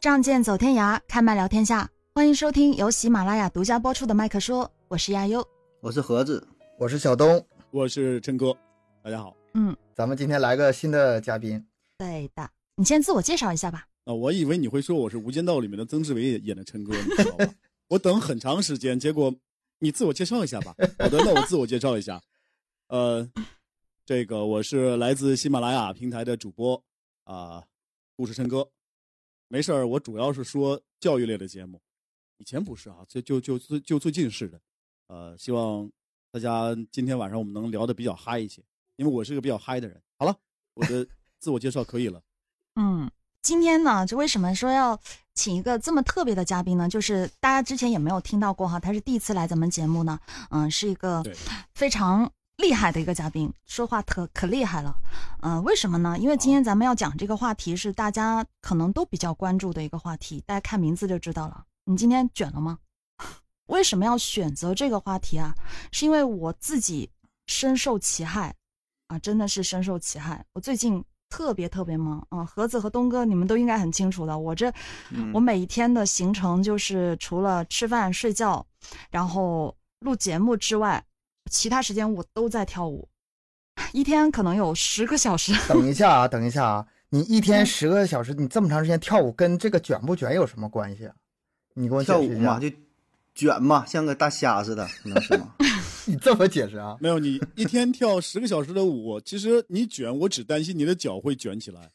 仗剑走天涯，开麦聊天下。欢迎收听由喜马拉雅独家播出的《麦克说》，我是亚优。我是盒子，我是小东，我是琛哥，大家好。嗯，咱们今天来个新的嘉宾，对的，你先自我介绍一下吧。啊、我以为你会说我是《无间道》里面的曾志伟演的琛哥，你知道吗？ 我等很长时间，结果你自我介绍一下吧。好的，那我自我介绍一下。呃，这个我是来自喜马拉雅平台的主播啊、故事琛哥。没事儿，我主要是说教育类的节目，以前不是啊，就就就就就最近是的。呃，希望大家今天晚上我们能聊的比较嗨一些，因为我是个比较嗨的人。好了，我的自我介绍可以了。嗯，今天呢，就为什么说要请一个这么特别的嘉宾呢？就是大家之前也没有听到过哈，他是第一次来咱们节目呢。嗯，是一个对非常厉害的一个嘉宾，说话可可厉害了。嗯、为什么呢？因为今天咱们要讲这个话题是大家可能都比较关注的一个话题，大家看名字就知道了。你今天卷了吗？ 为什么要选择这个话题啊？是因为我自己深受其害啊，真的是深受其害。我最近特别特别忙啊，盒子和东哥你们都应该很清楚的。我这、我每一天的行程就是除了吃饭睡觉，然后录节目之外，其他时间我都在跳舞，一天可能有十个小时。 等一下啊，等一下啊，你一天十个小时，你这么长时间跳舞，跟这个卷不卷有什么关系啊？你给我解跳舞释一嘛下，就卷嘛，像个大虾似的，可能是吗？ 你这么解释啊？没有，你一天跳十个小时的舞，其实你卷，我只担心你的脚会卷起来。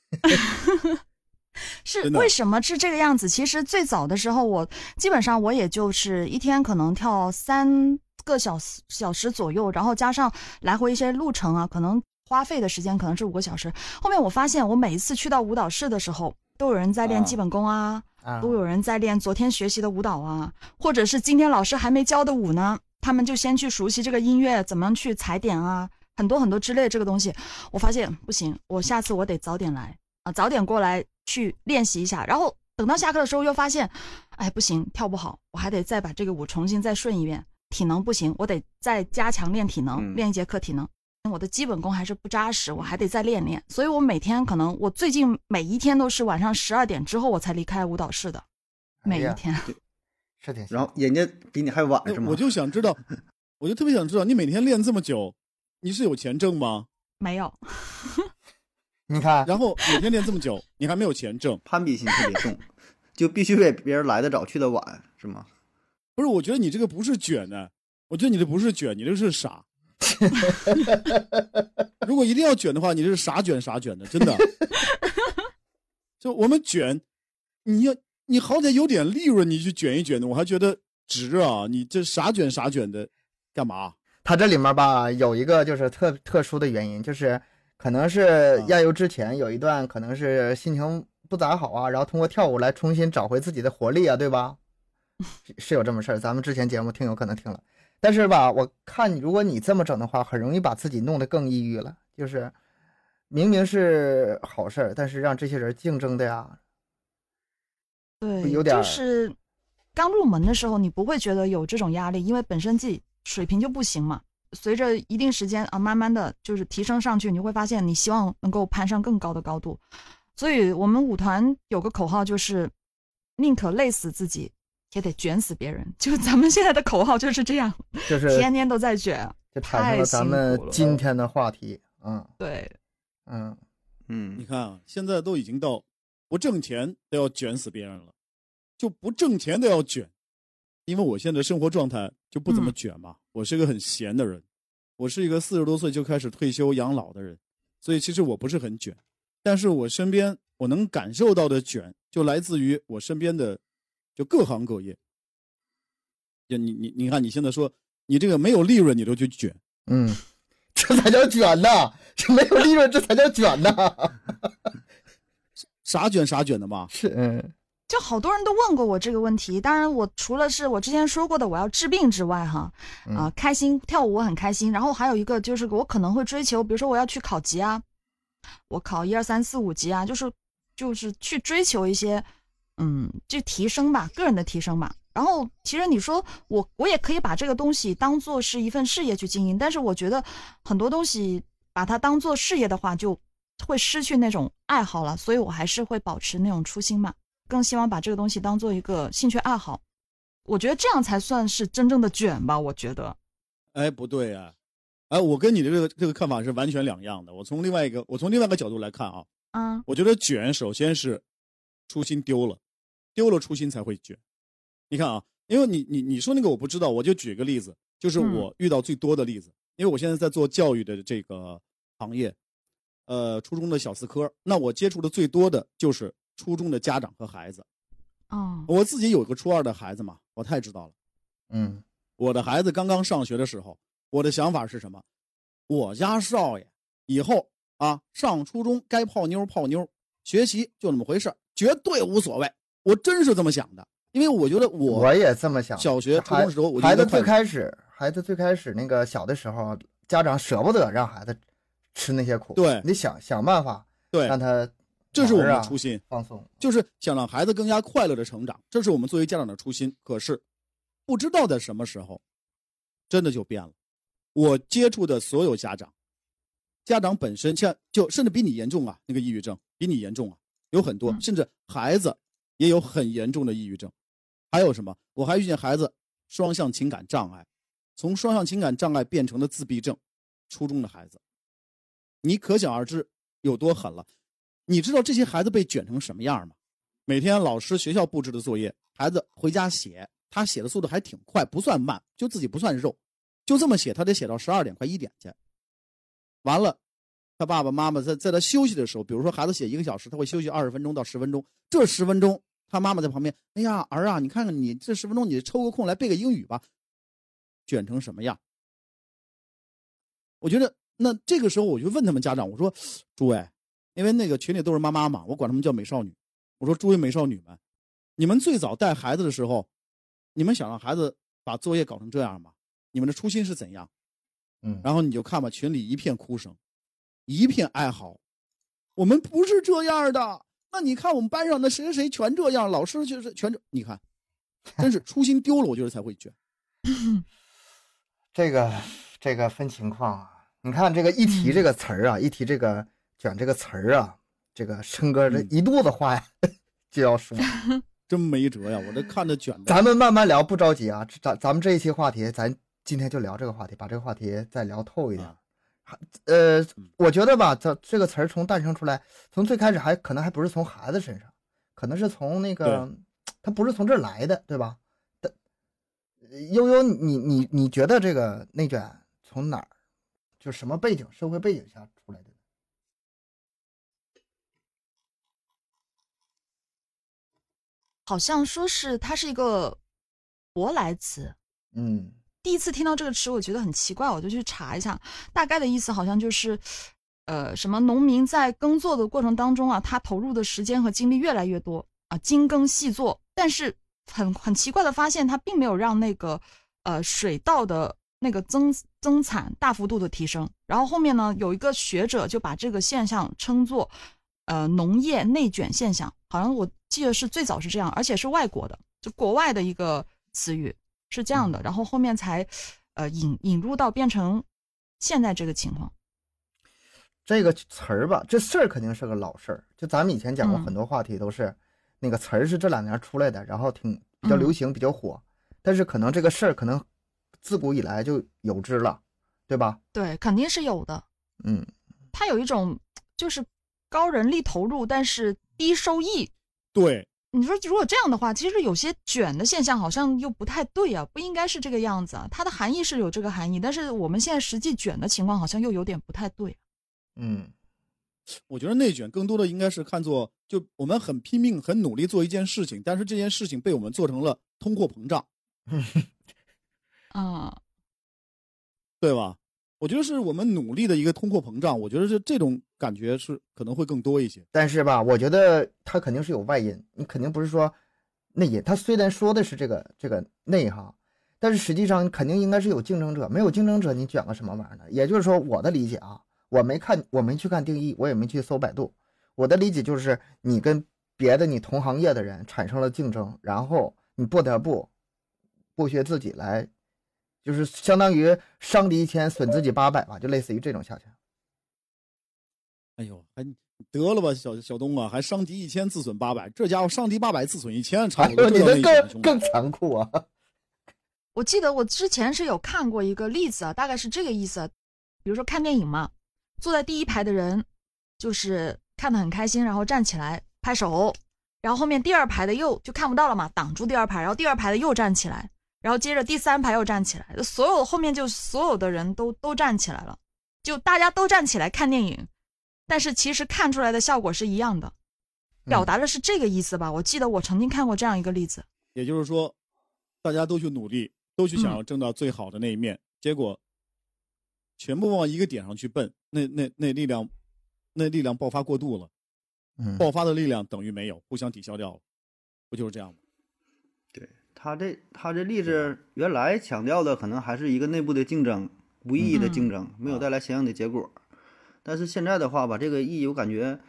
是真的啊为什么是这个样子？其实最早的时候我，基本上我也就是一天可能跳三个小时小时左右，然后加上来回一些路程啊，可能花费的时间可能是五个小时。后面我发现，我每一次去到舞蹈室的时候，都有人在练啊基本功啊，啊，都有人在练昨天学习的舞蹈啊，或者是今天老师还没教的舞呢，他们就先去熟悉这个音乐怎么样去踩点啊，很多很多之类这个东西。我发现不行，我下次我得早点来啊，早点过来去练习一下。然后等到下课的时候又发现，哎，不行，跳不好，我还得再把这个舞重新再顺一遍。体能不行，我得再加强练体能，嗯练一节课体能。我的基本功还是不扎实，我还得再练练。所以我每天可能我最近每一天都是晚上十二点之后我才离开舞蹈室的，哎每呀一天。是挺然后人家比你还晚那啊是吗？哎我就想知道，我就特别想知道，你每天练这么久，你是有钱挣吗？没有，你看，然后每天练这么久，你还没有钱挣？攀比心特别重，就必须得别人来的早去的晚是吗？不是，我觉得你这个不是卷呢、我觉得你这不是卷，你这是傻。 如果一定要卷的话，你这是傻卷傻卷的，真的。 就我们卷，你要你好歹有点利润，你去卷一卷的，我还觉得值啊！你这傻卷傻卷的，干嘛？啊他这里面吧有一个就是特特殊的原因，就是可能嗯是亚游之前有一段可能是心情不咋好啊，然后通过跳舞来重新找回自己的活力啊，对吧？是是有这么事儿，咱们之前节目听友可能听了，但是吧，我看你如果你这么整的话，很容易把自己弄得更抑郁了，就是明明是好事儿，但是让这些人竞争的呀，对，有点就儿是刚入门的时候，你不会觉得有这种压力，因为本身自己水平就不行嘛。随着一定时间啊，慢慢的就是提升上去，你会发现你希望能够攀上更高的高度。所以我们舞团有个口号就是，宁可累死自己，也得卷死别人。就咱们现在的口号就是这样，就是天天都在卷。就产生了太咱辛们苦了今天的话题，嗯对，嗯，你嗯，看啊，现在都已经到不挣钱都要卷死别人了，就不挣钱都要卷。因为我现在生活状态就不怎么嗯卷嘛，我是一个很闲的人，我是一个四十多岁就开始退休养老的人，所以其实我不是很卷。但是我身边我能感受到的卷，就来自于我身边的就各行各业。就你你你看，你现在说你这个没有利润，你都去卷， 嗯，这才叫卷呐！这没有利润，这才叫卷呐！傻卷傻卷的嘛。 是，嗯，就好多人都问过我这个问题。当然，我除了是我之前说过的我要治病之外，哈，嗯啊、开心跳舞我很开心。然后还有一个就是我可能会追求，比如说我要去考级啊，我考一二三四五级啊，就是就是去追求一些，嗯，就提升吧，个人的提升吧。然后其实你说我我也可以把这个东西当做是一份事业去经营，但是我觉得很多东西把它当做事业的话，就会失去那种爱好了，所以我还是会保持那种初心嘛。更希望把这个东西当做一个兴趣爱好。我觉得这样才算是真正的卷吧。我觉得，哎，不对啊，哎，我跟你的这个这个看法是完全两样的。我从另外一个，我从另外一个角度来看啊，嗯，我觉得卷首先是初心丢了，丢了初心才会卷。你看啊，因为你你你说那个我不知道，我就举个例子，就是嗯我遇到最多的例子，因为我现在在做教育的这个行业，呃，初中的小四科，那我接触的最多的就是初中的家长和孩子。哦，我自己有个初二的孩子嘛，我太知道了。嗯我的孩子刚刚上学的时候，我的想法是什么？我家少爷以后啊，上初中该泡妞泡妞，学习就那么回事儿绝对无所谓。我真是这么想的，因为我觉得我我也这么想。小学、初孩中时候，我就孩应该子最快乐开始，孩子最开始那个小的时候，家长舍不得让孩子吃那些苦，对你得想想办法对让，他这是我们玩儿的啊初心，放松。就是想让孩子更加快乐的成长，这是我们作为家长的初心。可是，不知道在什么时候，真的就变了。我接触的所有家长，家长本身像就甚至比你严重啊，那个抑郁症比你严重啊，有很多，嗯甚至孩子也有很严重的抑郁症。还有什么？我还遇见孩子双向情感障碍，从双向情感障碍变成了自闭症，初中的孩子，你可想而知有多狠了。你知道这些孩子被卷成什么样吗？每天老师学校布置的作业，孩子回家写，他写的速度还挺快，不算慢，就自己不算肉，就这么写，他得写到十二点快一点去。完了，他爸爸妈妈在在他休息的时候，比如说孩子写一个小时，他会休息二十分钟到十分钟，这十分钟他妈妈在旁边，哎呀儿啊，你看看你这十分钟你抽个空来背个英语吧，卷成什么样？我觉得那这个时候我就问他们家长，我说诸位，因为那个群里都是妈妈嘛，我管他们叫美少女。我说诸位美少女们，你们最早带孩子的时候，你们想让孩子把作业搞成这样吗？你们的初心是怎样？嗯，然后你就看吧，群里一片哭声，一片哀嚎。我们不是这样的。那你看我们班上那谁谁谁全这样，老师就是全这，你看，真是初心丢了，我觉得才会卷。这个这个分情况啊，你看这个一提嗯这个词儿啊，一提这个卷这个词儿啊，这个琛哥这嗯一肚子话呀 就要说。真没辙呀，我这看着卷的。咱们慢慢聊，不着急啊。这咱咱们这一期话题，咱今天就聊这个话题，把这个话题再聊透一点啊。还呃，我觉得吧，这这个词儿从诞生出来，从最开始还可能还不是从孩子身上，可能是从那个，他不是从这儿来的，对吧？但呃悠悠，你你你觉得这个内卷从哪儿，就什么背景、社会背景下出来的？好像说是它是一个舶来词。嗯第一次听到这个词，我觉得很奇怪，我就去查一下，大概的意思好像就是，呃，什么农民在耕作的过程当中啊，他投入的时间和精力越来越多啊，精耕细作，但是很很奇怪的发现，他并没有让那个呃水稻的那个增增产大幅度的提升。然后后面呢，有一个学者就把这个现象称作呃农业内卷现象，好像我记得是最早是这样，而且是外国的，就国外的一个词语。是这样的，然后后面才，呃，引引入到变成现在这个情况。这个词儿吧，这事儿肯定是个老事儿。就咱们以前讲过嗯很多话题，都是、那个词儿是这两年出来的，然后挺比较流行，比较火。但是可能这个事儿可能自古以来就有之了，对吧？对，肯定是有的。嗯，它有一种就是高人力投入，但是低收益。对，你说如果这样的话，其实有些卷的现象好像又不太对啊，不应该是这个样子啊。它的含义是有这个含义，但是我们现在实际卷的情况好像又有点不太对。嗯，我觉得内卷更多的应该是看作，就我们很拼命、很努力做一件事情，但是这件事情被我们做成了通货膨胀，啊、对吧？我觉得是我们努力的一个通货膨胀，我觉得是这种感觉是可能会更多一些。但是吧，我觉得它肯定是有外因，你肯定不是说内因。它虽然说的是这个这个内哈，但是实际上肯定应该是有竞争者，没有竞争者你卷个什么玩意儿呢？也就是说，我的理解啊，我没看，我没去看定义，我也没去搜百度，我的理解就是你跟别的你同行业的人产生了竞争，然后你不得不剥削自己来，就是相当于伤敌一千，损自己八百吧，就类似于这种下限。哎呦，还得了吧，小小东啊，还伤敌一千，自损八百，这家伙伤敌八百，自损一千，差哎不多呦，就 你到那的一点，兄更弟。更残酷 啊！我记得我之前是有看过一个例子啊，大概是这个意思。比如说看电影嘛，坐在第一排的人就是看得很开心，然后站起来拍手，然后后面第二排的又就看不到了嘛，挡住第二排，然后第二排的又站起来，然后接着第三排又站起来，所有后面就所有的人都都站起来了，就大家都站起来看电影，但是其实看出来的效果是一样的，嗯表达的是这个意思吧？我记得我曾经看过这样一个例子，也就是说，大家都去努力，都去想嗯要争到最好的那一面，结果全部往一个点上去奔，那那那力量，那力量爆发过度了，嗯，爆发的力量等于没有，互相抵消掉了，不就是这样吗？他这他这例子原来强调的可能还是一个内部的竞争，无意义嗯的竞争，没有啊带来相应的结果。但是现在的话，把这个意义我感觉，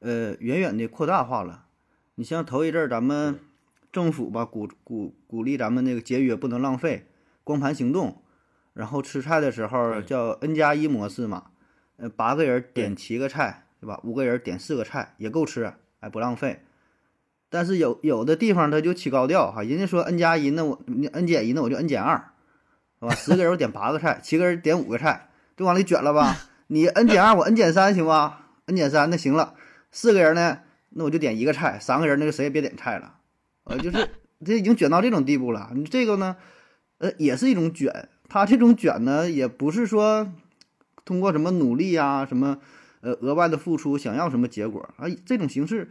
呃，远远的扩大化了。你像头一阵儿咱们政府吧，鼓鼓鼓励咱们那个节约，不能浪费，光盘行动。然后吃菜的时候对叫 N 加一模式嘛，呃，八个人点对七个菜，对吧？五个人点四个菜也够吃，哎，不浪费。但是有有的地方它就起高调哈，人家说 n 加一，那我你 n 减一，那我就 n 减二，是吧？十个人我点八个菜，七个人点五个菜，就往里卷了吧？你 n 减二，我 n 减三行吧？n 减三那行了，四个人呢，那我就点一个菜，三个人那就谁也别点菜了，呃，就是这已经卷到这种地步了。你这个呢，呃，也是一种卷，他这种卷呢，也不是说通过什么努力啊，什么呃额外的付出想要什么结果啊，这种形式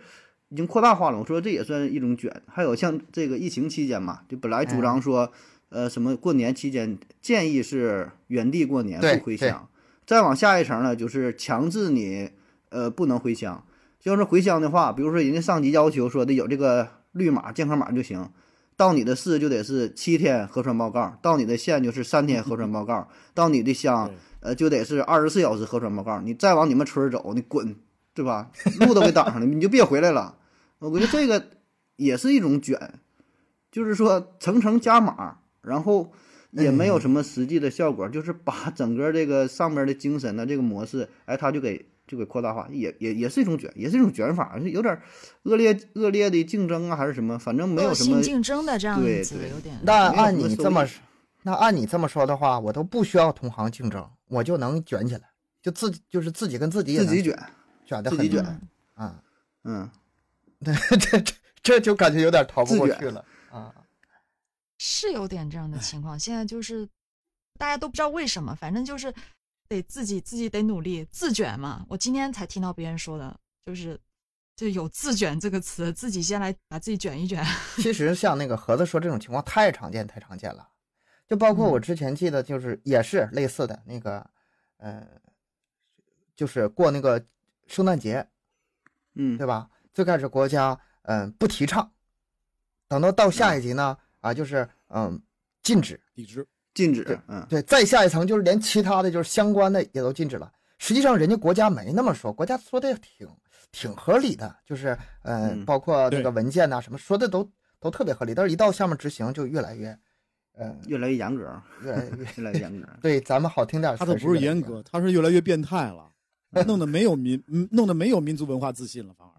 已经扩大化了。我说这也算一种卷。还有像这个疫情期间嘛，就本来主张说，呃，什么过年期间建议是原地过年对不回乡，再往下一层呢，就是强制你呃不能回乡。要是回乡的话，比如说人家上级要求说的有这个绿码、健康码就行，到你的市就得是七天核酸报告，到你的县就是三天核酸报告，到你的乡对呃就得是二十四小时核酸报告。你再往你们村儿走，你滚，对吧？路都给挡上了，你就别回来了。呃我觉得这个也是一种卷，就是说层层加码，然后也没有什么实际的效果，就是把整个这个上面的精神呢，这个模式，哎，它就给就给扩大化，也也也是一种卷，也是一种卷法，有点恶劣恶劣的竞争啊，还是什么，反正没有恶什性么竞争的这样对子对有点。那没有啊按什么你收这么益说，那按你这么说的话，我都不需要同行竞争，我就能卷起来，就自己就是自己跟自己也自能己卷，卷的自很己卷厉害啊，嗯，这这这就感觉有点逃不自过卷去了啊。是有点这样的情况。现在就是大家都不知道为什么，反正就是得自己自己得努力自卷嘛。我今天才听到别人说的，就是就有“自卷”这个词，自己先来把自己卷一卷。 其实像那个盒子说这种情况太常见太常见了，就包括我之前记得就是也是类似的那个，呃，就是过那个圣诞节，嗯对吧？最开始国家嗯、不提倡，等到到下一级呢啊就是嗯禁止，抵制，禁止，嗯，对，再下一层就是连其他的就是相关的也都禁止了。实际上人家国家没那么说，国家说的挺挺合理的，就是呃、嗯包括那对个文件呐、什么说的都都特别合理，但是一到下面执行就越来越，呃越来越严格，越来越 越来越严格，对咱们好听点儿他词都儿越来不越，是严格，他是越来越变态了，弄得没有民，嗯弄得没有民族文化自信了，反而。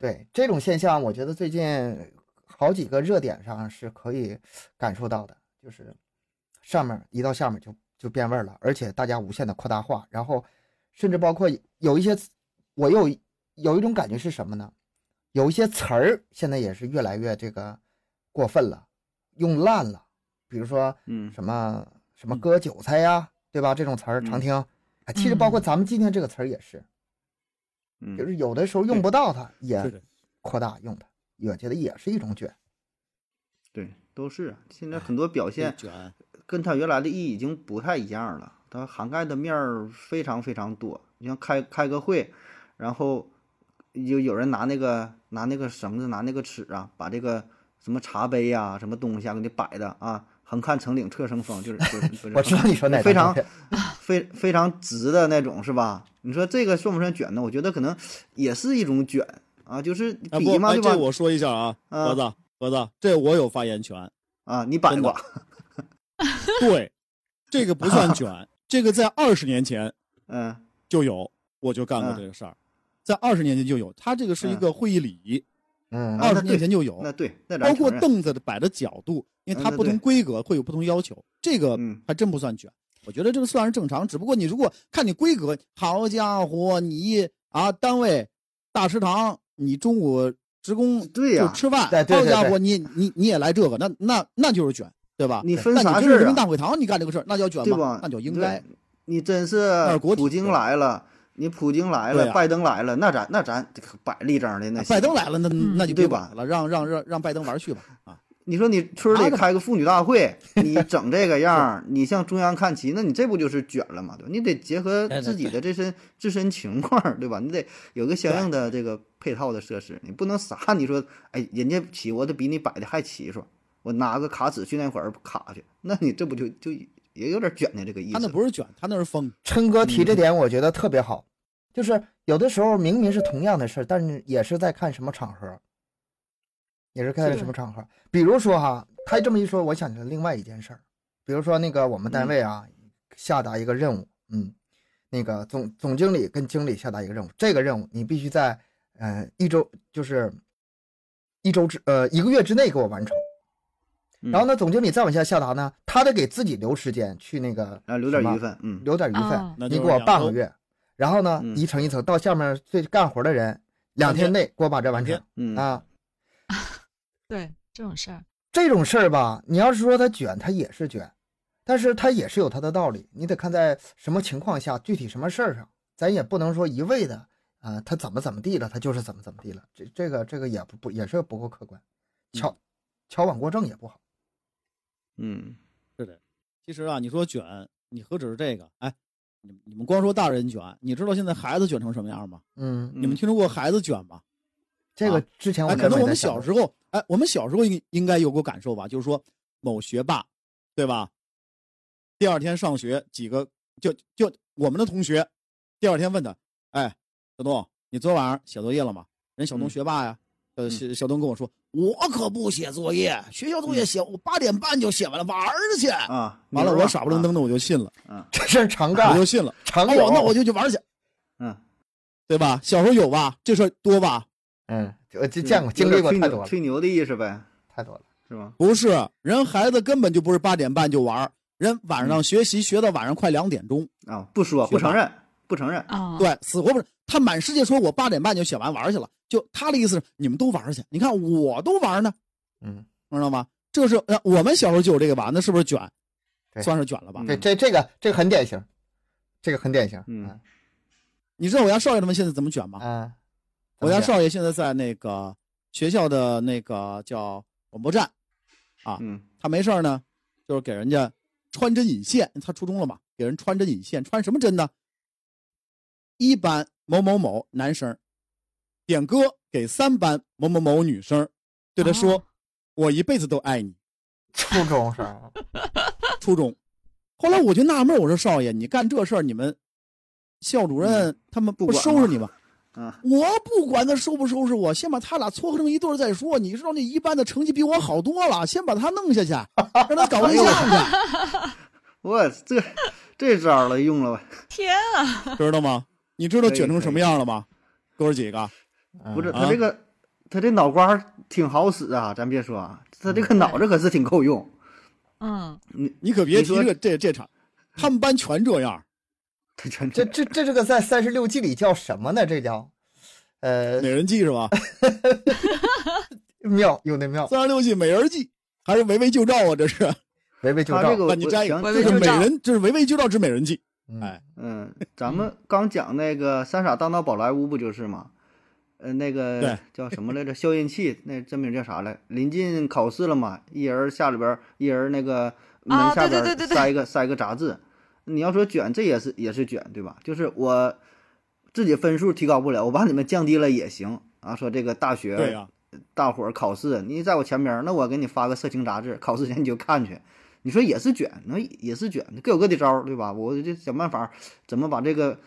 对这种现象，我觉得最近好几个热点上是可以感受到的，就是上面一到下面就就变味儿了，而且大家无限的扩大化，然后甚至包括有一些，我又有一种感觉是什么呢？有一些词儿现在也是越来越这个过分了，用烂了，比如说 嗯什么什么割韭菜呀、对吧？这种词儿常嗯听。哎其实包括咱们今天这个词儿也是，就嗯，是有的时候用不到它，是也的，扩大用它，我觉得也是一种卷。对，都是啊现在很多表现卷，跟它原来的意义已经不太一样了，它涵盖的面儿非常非常多。你像开开个会，然后有有人拿那个拿那个绳子拿那个尺啊，把这个什么茶杯呀、什么东西啊给你摆的啊，横看成岭侧成峰，就是就是就是我知道你说哪非常张照片非非常直的那种，是吧？你说这个算不算卷呢？我觉得可能也是一种卷啊，就是哎比不，嘛，哎对吧这？我说一下啊，嗯盒子，盒子，这我有发言权。啊，你摆真的过，对，这 个不算卷，这个在二十年前嗯就有，我就干过这个事儿。在二十年前就有，它这个是一个会议礼仪，嗯啊二那十对年前就有，那对，那咱包括承认凳子的摆的角度，因为它嗯那不同对规格会有不同要求，这个嗯还真不算卷。我觉得这个算是正常，只不过你如果看你规格，好家伙，你一啊单位大食堂，你中午职工对呀就吃饭，对对好对家对伙，你你你也来这个，那那那就是卷，对吧？你分那啥你事跟人儿民啊大？会堂你干这个事儿，那叫卷对吗吧？？那就应对该。你真是是国体普京对来了，你普京来对了，呀哎拜登来了，那咱那咱得摆立正的那行。拜登来了，那嗯那就对别吧管了，让让让让拜登玩儿去吧啊！你说你村儿拿里着开个妇女大会， 你整这个样儿，你向中央看齐，那你这不就是卷了吗？对吧？你得结合对对自己的这身自身情况，对吧？你得有个相应的这个配套的设施，你不能啥你说，哎，人家齐，我得比你摆的还齐数，我拿个卡尺去那块儿卡去，那你这不就就也有点卷的这个意思？他那不是卷，他那是疯。琛哥嗯提这点，我觉得特别好，就是有的时候明明是同样的事儿，但是也是在看什么场合，也是看是什么场合。比如说哈，他这么一说，我想起了另外一件事儿，比如说那个我们嗯单位啊，下达一个任务，嗯，那个总总经理跟经理下达一个任务，这个任务你必须在呃一周，就是一周之呃一个月之内给我完成。嗯然后呢，总经理再往下下达呢，他得给自己留时间去那个啊，留点什么余份，嗯，留点余份哦，那你就给是我两半个周月，然后呢，嗯一层一层到下面最干活的人，两两天天内给我把这完成嗯啊。对这种事儿，这种事儿吧，你要是说它卷，它也是卷，但是它也是有它的道理，你得看在什么情况下，具体什么事儿上，咱也不能说一味的啊、呃，他怎么怎么地了，他就是怎么怎么地了，这这个这个也不不也是不够客观，嗯矫矫枉过正也不好。嗯，其实啊，你说卷，你何止是这个？哎，你你们光说大人卷，你知道现在孩子卷成什么样吗？嗯，你们听说过孩子卷吗？这个啊之前我哎，可真能没我在们想过 小时候，哎，我们小时候应应该有过感受吧？就是说，某学霸，对吧？第二天上学，几个就就我们的同学，第二天问他，哎，小东，你昨晚上写作业了吗？人小东嗯学霸呀，呃，嗯小小东跟我说，我可不写作业，学校作业写我八点半就写完了，玩儿去。啊，完了，牛啊我傻不愣登，的我就信了，这事儿常干我就信了。常哦，有，那我就去玩儿去，嗯，对吧？小时候有吧？这事儿多吧？嗯，我就嗯见过有经历点吹过太牛多了吹牛的意思呗，太多了。是吧？不是，人孩子根本就不是八点半就玩儿，人晚上学习学到晚上快两点钟，啊，不说学不霸承认，不承认，啊，对，死活不是。他满世界说我八点半就写完玩儿去了，就他的意思是你们都玩儿去，你看我都玩儿呢，嗯，知道吗？这是呃我们小时候就有这个吧？那是不是卷？对算是卷了吧？对，嗯这这个这个很典型，这个很典型。嗯你知道我家少爷他们现在怎么卷吗？啊，我家怎么少爷现在在那个学校的那个叫广播站，嗯他没事儿呢，就是给人家穿针引线。他初中了嘛，给人穿针引线，穿什么针呢？一班某某某男生点歌给三班某某某女生，对他说：“哦我一辈子都爱你。讲初中是 吧？”初中，后来我就纳闷儿，我说少爷，你干这事儿，你们校主任、他们不不管收拾吗你吗？啊，我不管他收不收拾我，先把他俩撮合成一对儿再说。你知道那一班的成绩比我好多了，先把他弄下去，让他搞对象去。我这 这招儿了用了吧？天啊，知道吗？你知道可以卷成什么样了吗？哥儿几个，不是嗯他这个，他这脑瓜儿挺好使啊，咱别说啊，他嗯这个脑子可是挺够用。 嗯，你可别你提说这个这这场，他们班全这样。他全这这这这个在三十六计里叫什么呢？这叫呃美人计是吧？妙，用的妙，三十六计，美人计，还是围魏救赵啊？这是，围魏救他赵这。个那我你我摘一想个围这是魏美救赵人，这是围魏救赵之美人计。嗯哎，嗯，咱们刚讲那个《三傻大闹宝莱坞》不就是吗？呃，那对个 叫什么来着？消音器，那真名叫啥来？临近考试了嘛，一人下里边儿，一人那个门啊下对边对儿对对对塞一个塞一个杂志。你要说卷，这也是也是卷，对吧？就是我自己分数提高不了，我把你们降低了也行啊。说这个大学对啊呀、大伙儿考试，你在我前边儿，那我给你发个色情杂志，考试前你就看去。你说也是卷，那也是卷，各有各的招儿，对吧？我就想办法怎么把这个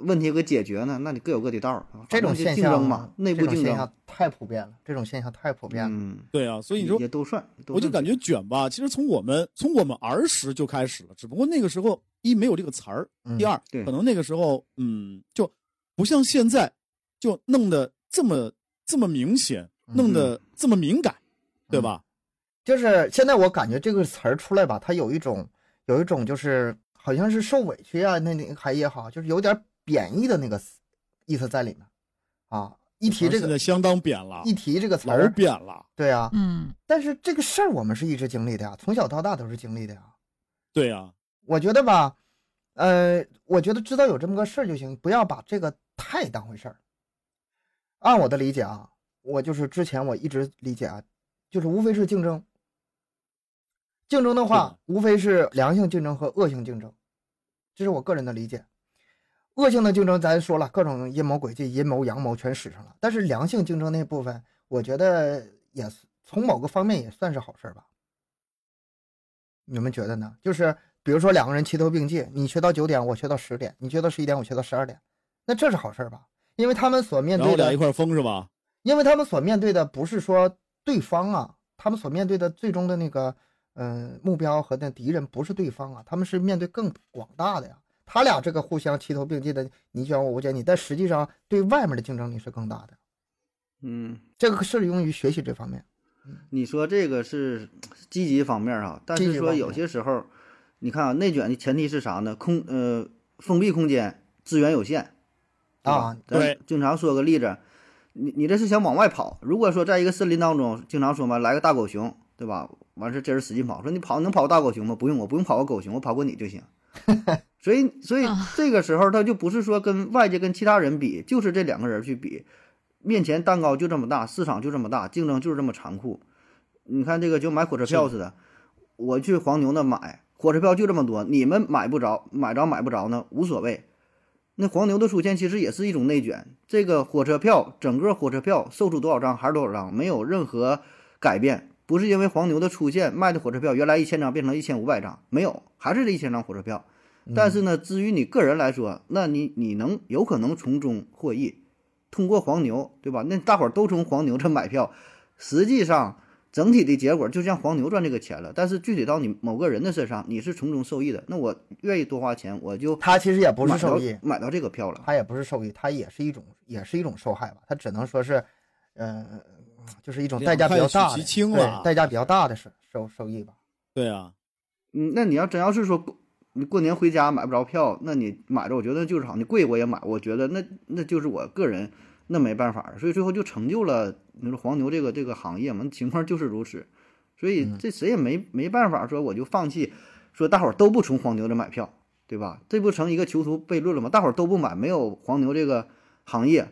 问题给解决呢？那你各有各的道儿。啊这种反正就现竞争嘛象，，内这部种竞现争象，太普遍了，这种现象太普遍了。嗯，对呀、所以你说也都算。都我就算感觉卷吧，其实从我们从我们儿时就开始了，只不过那个时候一没有这个词儿，嗯第二、对可能那个时候嗯就不像现在，就弄得这么这么明显，弄得这么敏感，对吧？就是现在我感觉这个词儿出来吧，它有一种有一种就是好像是受委屈啊，那那还也好，就是有点贬义的那个思意思在里面啊。一提这现个在相当扁了一，提这个词啊老儿，扁了。对啊，嗯，但是这个事儿我们是一直经历的呀，从小到大都是经历的呀。对啊呀、我觉得吧，呃，我觉得知道有这么个事儿就行，不要把这个太当回事儿。按我的理解啊，我就是之前我一直理解啊，就是无非是竞争。竞争的是话的，无非是良性竞争和恶性竞争，这是我个人的理解。恶性的竞争，咱说了各种阴谋诡计、阴谋阳谋全使上了，但是良性竞争那部分，我觉得也是从某个方面也算是好事儿吧。你们觉得呢？就是比如说两个人齐头并进，你学到九点，我学到十点；你学到十一点，我学到十二点，那这是好事儿吧？因为他们所面然后对俩一的，块儿疯是吧？因为他们所面对的不是说对方啊，他们所面对的最终的那个嗯、呃目标和那敌人不是对方啊，他们是面对更广大的呀。他俩这个互相齐头并进的，你卷我，我卷你，但实际上对外面的竞争力是更大的。嗯，这个适用于学习这方面。你说这个是积极方面啊，但积是极说方有面些时候，你看啊，内卷的前提是啥呢？空呃封闭空间，资源有限对吧啊咱对经常说个例子，你你这是想往外跑。如果说在一个森林当中，经常说嘛，来个大狗熊，对吧？完事儿这人使劲跑，说你跑能跑大狗熊吗？不用，我不用跑个狗熊，我跑过你就行。所以，所以啊这个时候他就不是说跟外界跟其他人比，就是这两个人去比，面前蛋糕就这么大，市场就这么大，竞争就是这么残酷。你看这个就买火车票是似的，我去黄牛那买火车票就这么多，你们买不着，买着买不着呢无所谓。那黄牛的出现其实也是一种内卷，这个火车票整个火车票售出多少张还是多少张，没有任何改变，不是因为黄牛的出现卖的火车票原来一千张变成一千五百张，没有，还是这一千张火车票。但是呢，至于你个人来说，那你你能有可能从中获益，通过黄牛，对吧？那大伙儿都从黄牛这买票，实际上整体的结果就像黄牛赚这个钱了，但是具体到你某个人的身上，你是从中受益的。那我愿意多花钱，我就他其实也不是买到受益，买到这个票了。他也不是受益，他也是一种也是一种受害吧。他只能说是，呃，就是一种代价比较两大害的，取其轻了对，代价比较大的是受受益吧。对啊，嗯，那你要真要是说过你过年回家买不着票，那你买着，我觉得就是好，你贵我也买，我觉得那那就是我个人，那没办法，所以最后就成就了你说黄牛这个这个行业嘛，情况就是如此，所以嗯这谁也没没办法说我就放弃，说大伙儿都不从黄牛这买票，对吧？这不成一个囚徒悖论了吗？大伙儿都不买，没有黄牛这个行业，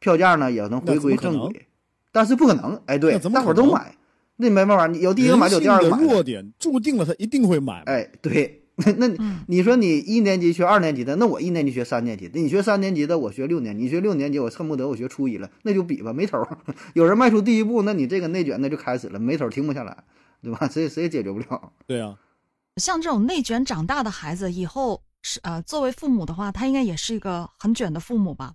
票价呢也能那回怎归么可正能轨，但是不可能，哎，对，那怎么大伙儿可都能买，那没办法，你有第一个买就有第二个人买性了的。弱点注定了他一定会买。，哎，对， 那那你嗯你说你一年级学二年级的，那我一年级学三年级的，你学三年级的，我学六年级，你学六年级，我恨不得我学初一了，那就比吧，没头儿。 有人迈出第一步，那你这个内卷那就开始了，没头儿停不下来，对吧？ 谁谁也解决不了。对啊，像这种内卷长大的孩子，以后是呃，作为父母的话，他应该也是一个很卷的父母吧。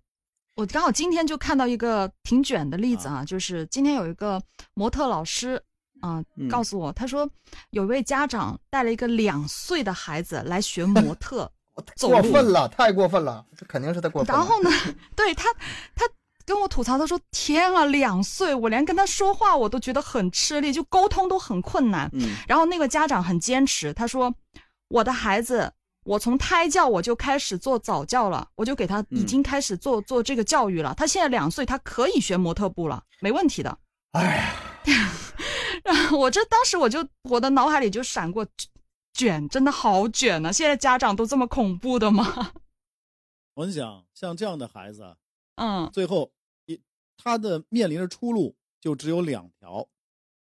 我刚好今天就看到一个挺卷的例子啊，就是今天有一个模特老师啊、嗯告诉我，他说有一位家长带了一个两岁的孩子来学模特走过路，分了，太过分了，这肯定是他 过分然了。后呢， 对他，他跟我吐槽，他说：“天啊，两岁，我连跟他说话我都觉得很吃力，就沟通都很困难。”嗯然后那个家长很坚持，他说：“我的孩子，我从胎教我就开始做早教了，我就给他已嗯经开始做、做这个教育了。他现在两岁，他可以学模特步了，没问题的。” 哎呀，然后我这当时我就我的脑海里就闪过卷，真的好卷啊呢、现在家长都这么恐怖的吗？ 我很想像这样的孩子啊，嗯最后一他的面临的出路就只有两条，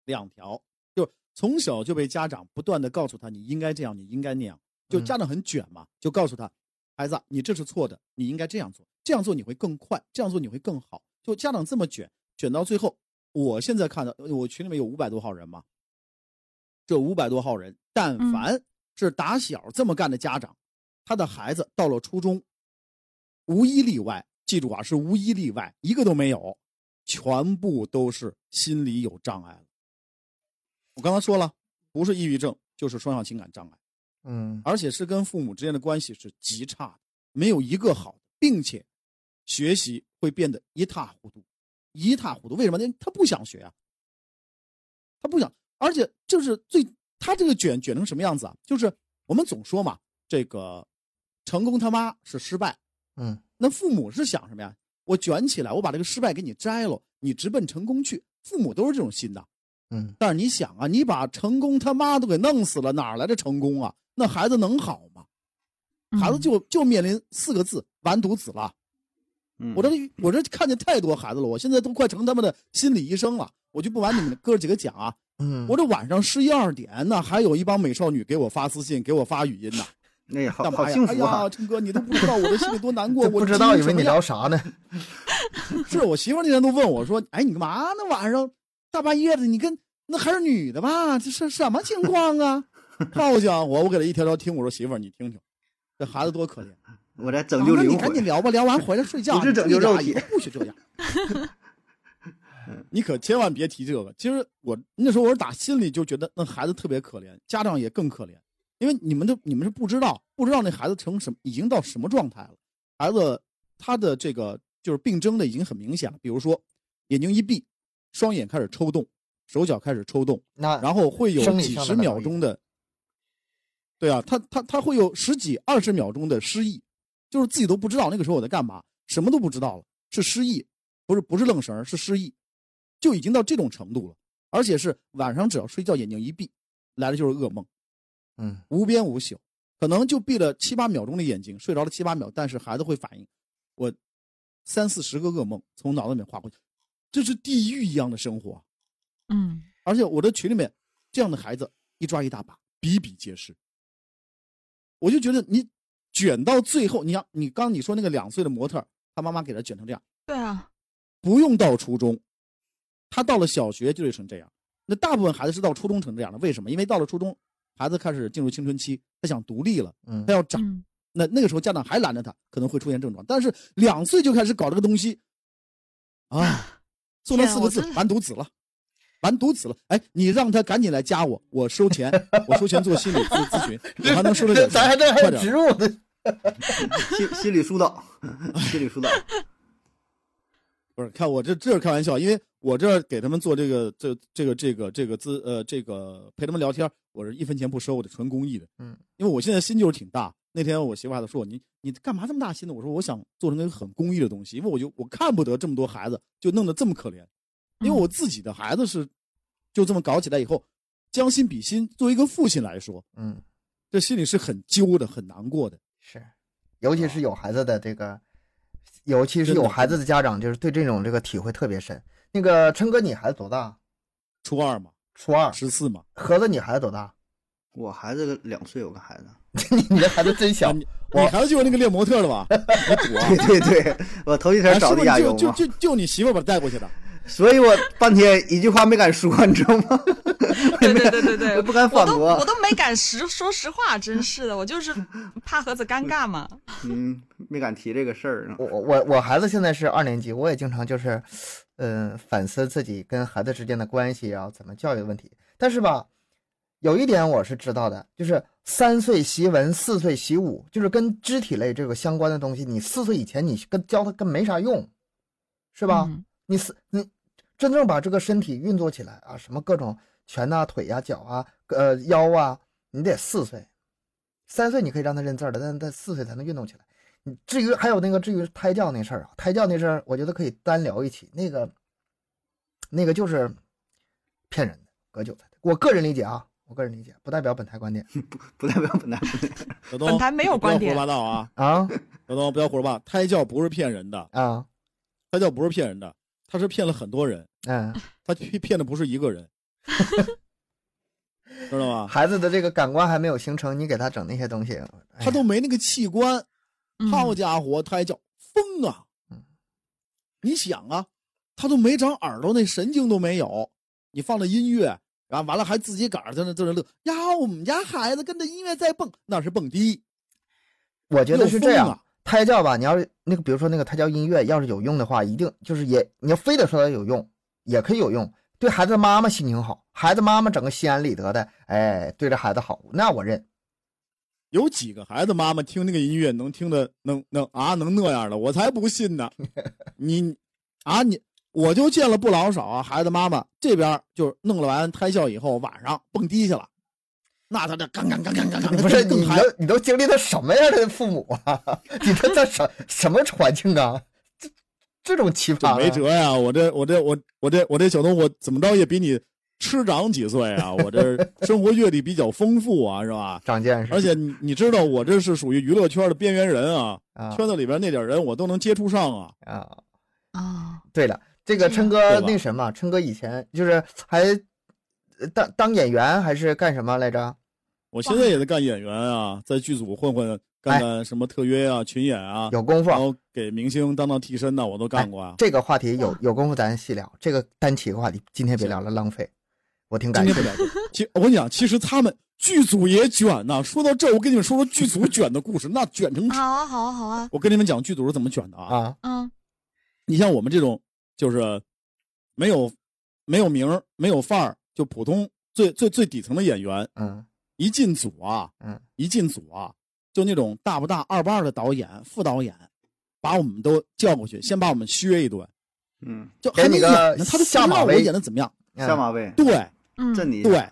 两条，就从小就被家长不断的告诉他你应该这样，你应该那样，就嗯家长很卷嘛，就告诉他，孩子啊，你这是错的，你应该这样做，这样做你会更快，这样做你会更好。就家长这么卷，卷到最后，我现在看到我群里面有五百多号人嘛，这五百多号人，但嗯凡是打小这么干的家长，他的孩子到了初中，无一例外，记住啊，是无一例外，一个都没有，全部都是心理有障碍了。我刚才说了，不是抑郁症就是双向情感障碍，嗯，而且是跟父母之间的关系是极差的，没有一个好的，并且学习会变得一塌糊涂，一塌糊涂。为什么？呢？他不想学啊，他不想，而且就是最他这个卷卷成什么样子啊？就是我们总说嘛，这个成功他妈是失败，嗯，那父母是想什么呀？我卷起来，我把这个失败给你摘了，你直奔成功去。父母都是这种心的。嗯，但是你想啊，你把成功他妈都给弄死了，哪来的成功啊？那孩子能好吗？孩子嗯就就面临四个字：完犊子了。嗯，我这我这看见太多孩子了，我现在都快成他们的心理医生了。我就不瞒你们哥几个讲啊，嗯，我这晚上十一二点，那还有一帮美少女给我发私信，给我发语音呢。哎呀，好干好嘛呀？幸福哎呀，啊！陈哥，你都不知道我的心里多难 过，这我不知经道历以为什么你样聊啥呢？是我媳妇儿那天都问我说：“哎，你干嘛呢？晚上大半夜的，你跟那还是女的吧？这是什么情况啊？”报响我，我给她一条条听。我说：“媳妇儿，你听听，这孩子多可怜。我在啊拯救那你灵赶魂紧。聊吧，聊完回来睡觉。不是你拯救注意点啊肉体以后不许这样。 你可千万别提这个。其实我那时候我是打心里就觉得那孩子特别可怜，家长也更可怜，因为你们都你们是不知道，不知道那孩子成什么，已经到什么状态了。孩子他的这个就是病征的已经很明显了，比如说眼睛一闭，双眼开始抽动，手脚开始抽动，那然后会有生理几上的十那秒种钟的，对啊，他他他会有十几二十秒钟的失忆，就是自己都不知道那个时候我在干嘛，什么都不知道了，是失忆，不是不是愣神儿，是失忆，就已经到这种程度了，而且是晚上只要睡觉眼睛一闭，来的就是噩梦，嗯无边无宿，可能就闭了七八秒钟的眼睛，睡着了七八秒，但是孩子会反应，我三四十个噩梦从脑子里面划过去，这是地狱一样的生活啊。嗯而且我的群里面这样的孩子一抓一大把，比比皆是。我就觉得你卷到最后，你像你刚你说那个两岁的模特儿，他妈妈给他卷成这样，对啊，不用到初中，他到了小学就得成这样。那大部分孩子是到初中成这样的，为什么？因为到了初中，孩子开始进入青春期，他想独立了，嗯他，要长。嗯那那个时候家长还拦着他，可能会出现症状。但是两岁就开始搞这个东西，啊，送他天四我个字真：完犊子了，完犊子了！哎，你让他赶紧来加我，我收钱，我收钱做心理咨咨询，我还能收得这点 咱还钱，这还快有植点！入呢，心心理疏导，心理疏导。不是，看我这这是开玩笑，因为我这给他们做这个这这个这个这个咨呃这个陪他们聊天，我是一分钱不收的，纯公益的。嗯，因为我现在心就是挺大。那天我媳妇还在说我你你干嘛这么大心呢？我说我想做成一个很公益的东西，因为我就我看不得这么多孩子就弄得这么可怜。因为嗯我自己的孩子是就这么搞起来以后，将心比心，作为一个父亲来说，嗯，这心里是很揪的，很难过的。是，尤其是有孩子的这个，尤其是真的有孩子的家长，就是对这种这个体会特别深。那个琛哥，你孩子多大？初二嘛，初二。十四嘛，盒子，你孩子多大？ 我孩子两岁，有个孩子。 你你这孩子真 小啊你，我你孩子就是那个练模特的 吧？你躲啊、对对对，我头一天啊找是的不是亚就优就嘛，就就你媳妇儿把他带过去 的？所以我半天一句话没敢说，你知道吗？ 对 对对对对，我不敢我反都驳我都没敢实 说实话，真是的，我就是怕盒子尴尬嘛。 嗯，没敢提这个事儿。我我我孩子现在是二年级，我也经常就是，嗯，反思自己跟孩子之间的关系啊，怎么教育问题。但是吧，有一点我是知道的，就是三岁习文，四岁习武，就是跟肢体类这个相关的东西，你四岁以前你跟教他跟没啥用，是吧？嗯你四你真正把这个身体运作起来啊，什么各种拳呐、腿呀、脚啊、呃腰啊，你得四岁，三岁你可以让他认字儿的，但是他四岁才能运动起来。你至于还有那个至于胎教那事儿啊，胎教那事儿，我觉得可以单聊一起。那个，那个就是骗人的，割韭菜的。我个人理解啊，我个人理解，不代表本台观点 不嗯代表本台观点。小东，本台没有你观点不要胡说八道啊！啊小东，不要胡说八道，胎教不是骗人的，啊，胎教不是骗人的，他是骗了很多人， 嗯，他骗骗的不是一 个人，知道吗？孩子的这个感官还没有形成，你给他整那些东西，哎他都没那个器官，嗯好家伙，胎教疯啊嗯！你想啊，他都没长耳朵，那神经都没有，你放了音乐，然后完了还自己个儿在那在那乐呀，我们家孩子跟着音乐在蹦，那是蹦迪。我觉得是这有风样啊。胎教吧，你要是那个，比如说那个胎教音乐，要是有用的话，一定就是也你要非得说它有用，也可以有用，对孩子妈妈心情好，孩子妈妈整个心安理得的，哎，对着孩子好，那我认。有几个孩子妈妈听那个音乐能听的能能啊能那样的？我才不信 呢！你啊你我就见了不老少啊，孩子妈妈这边就弄了完胎教以后，晚上蹦迪去了，那他这杠杠杠杠杠杠，不是你更都嗨。你都经历了什么样的父母啊？ 你这这什什么环境啊？这这种奇葩、这啊，没辙呀！我这我这我我这我这小东，我怎么着也比你吃长几岁啊！我 这生活阅历比较丰富啊，是吧？长见识。而且你你知道，我这是属于娱乐圈的边缘人啊，啊圈子里边那点人我都能接触上啊。啊，啊，对了，这个这琛样哥对吧那什么，琛哥以前就是还呃当当演员还是干什么来着？我现在也在干演员啊，在剧组混混，干干什么特约啊、群演啊，有功夫然。后给明星当当替身呐，我都干过啊。这个话题有哇有功夫咱细聊，这个单起个话题，今天别行聊了，浪费。我挺今感天谢不聊这个，其我跟你讲，其实他们剧组也卷呐、说到这儿，我跟你们说说剧组卷的故事，那卷 成好啊，好啊，好啊，我跟你们讲剧组是怎么卷的啊。啊，嗯你像我们这种就是没有没有名儿、没有范儿，就普通最最最底层的演员，嗯一进组啊，嗯，一进组啊，就那种大不大二不二的导演、副导演，把我们都叫过去，先把我们削一顿，嗯，就给还没你演个呢，他都不知下马道我威演的怎么样。嗯下马威，对嗯，这你对，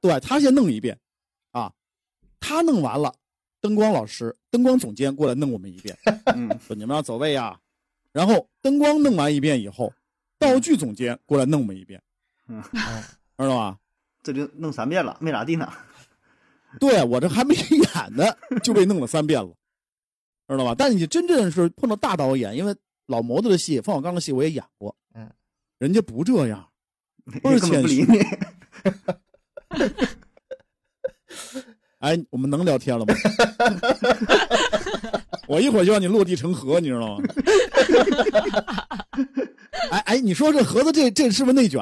对他先弄一遍，啊，他弄完了，灯光老师、灯光总监过来弄我们一遍，嗯说你们要走位呀、然后灯光弄完一遍以后，道具总监过来弄我们一遍，嗯， 知道吧？这就弄三遍了，没咋地呢。对我这还没 演呢，就被弄了三遍了，知道吧？但你真正是碰到大导演，因为老谋子的戏、冯小刚的戏我也演过，嗯，人家不这样，不是根本不理你。哎，我们能聊天了吗？ 我一会儿就让你落地成盒，你知道吗？ 哎哎，你说这盒子这这是不是内卷？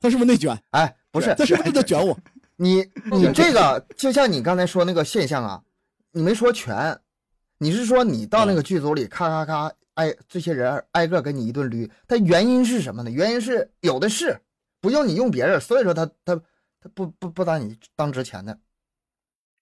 他是不是内卷？哎，不是他是不是在卷我？ 你你这个就像你刚才说那个现象啊，你没说全，你是说你到那嗯个剧组里咔咔咔，挨这些人挨个给你一顿捋，但原因是什么呢？原因是有的是，不用你用别人，所以说他他他不不不拿你当值钱的，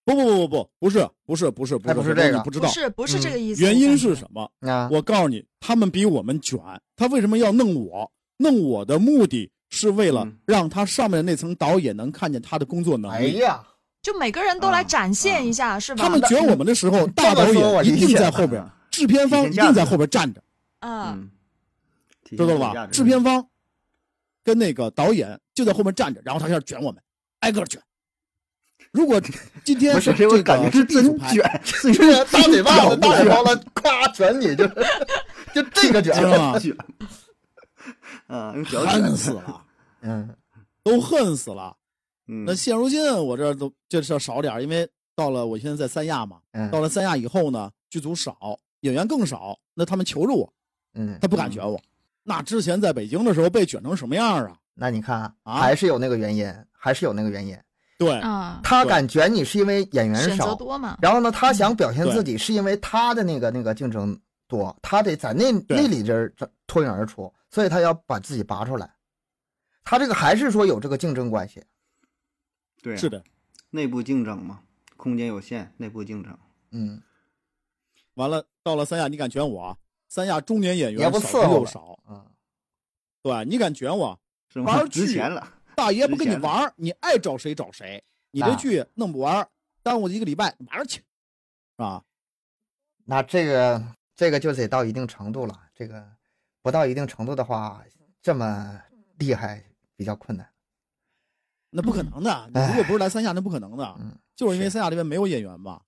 不不不不不，不是不是不是不还是，不是我跟这个你不知不道嗯是不是这个意思，原因是什么？啊，我告诉你，他们比我们卷，他为什么要弄我？弄我的目的是为了嗯让他上面的那层导演能看见他的工作能哎力。呀， 就每个人都来展现一下，是吧？啊他们卷我们的时候，大导这么说我演理一定解在了啊后边，制片方一定在后边站着，嗯，嗯，知啊知道了吧？制片方跟那个导演就在后面站着，然后他开始卷我们，挨个卷。如果今天不是，这我个感觉是地主真拍卷，是这个大嘴巴子、真大卷嘴包子，咵卷你，就是 就这个卷知，道吗？卷，啊，用脚卷恨死了， 嗯，都恨死了。嗯，那现如今我这都这事儿少点儿，因为到了我现在在三亚嘛，嗯到了三亚以后呢，剧组少，演员更少，那他们求着我，嗯他，不敢卷我。那之前在北京的时候被卷成什么样啊？那你看啊还是有那个原因，还是有那个原因。对，嗯啊，他敢卷你是因为演员选择少，多嘛，然后呢，他想表现自己是因为他的那个那个竞争多，他得在那对那里这儿脱颖而出，所以他要把自己拔出来。他这个还是说有这个竞争关系，对啊，是的。内部竞争嘛，空间有限，内部竞争，嗯，完了，到了三亚，你敢卷我啊？三亚中年演也员不少之伺候又了少，啊，对，你敢卷我，是玩吗？儿值剧钱了，大爷不跟你值钱的玩儿，你爱找谁找谁，你这那剧弄不完，耽误一个礼拜，马上去，啊，那这个这个就得到一定程度了，这个不到一定程度的话，这么厉害比较困难。那不可能的。你如果不是来三亚，那不可能的嗯，就是因为是三亚这边没有演员嘛，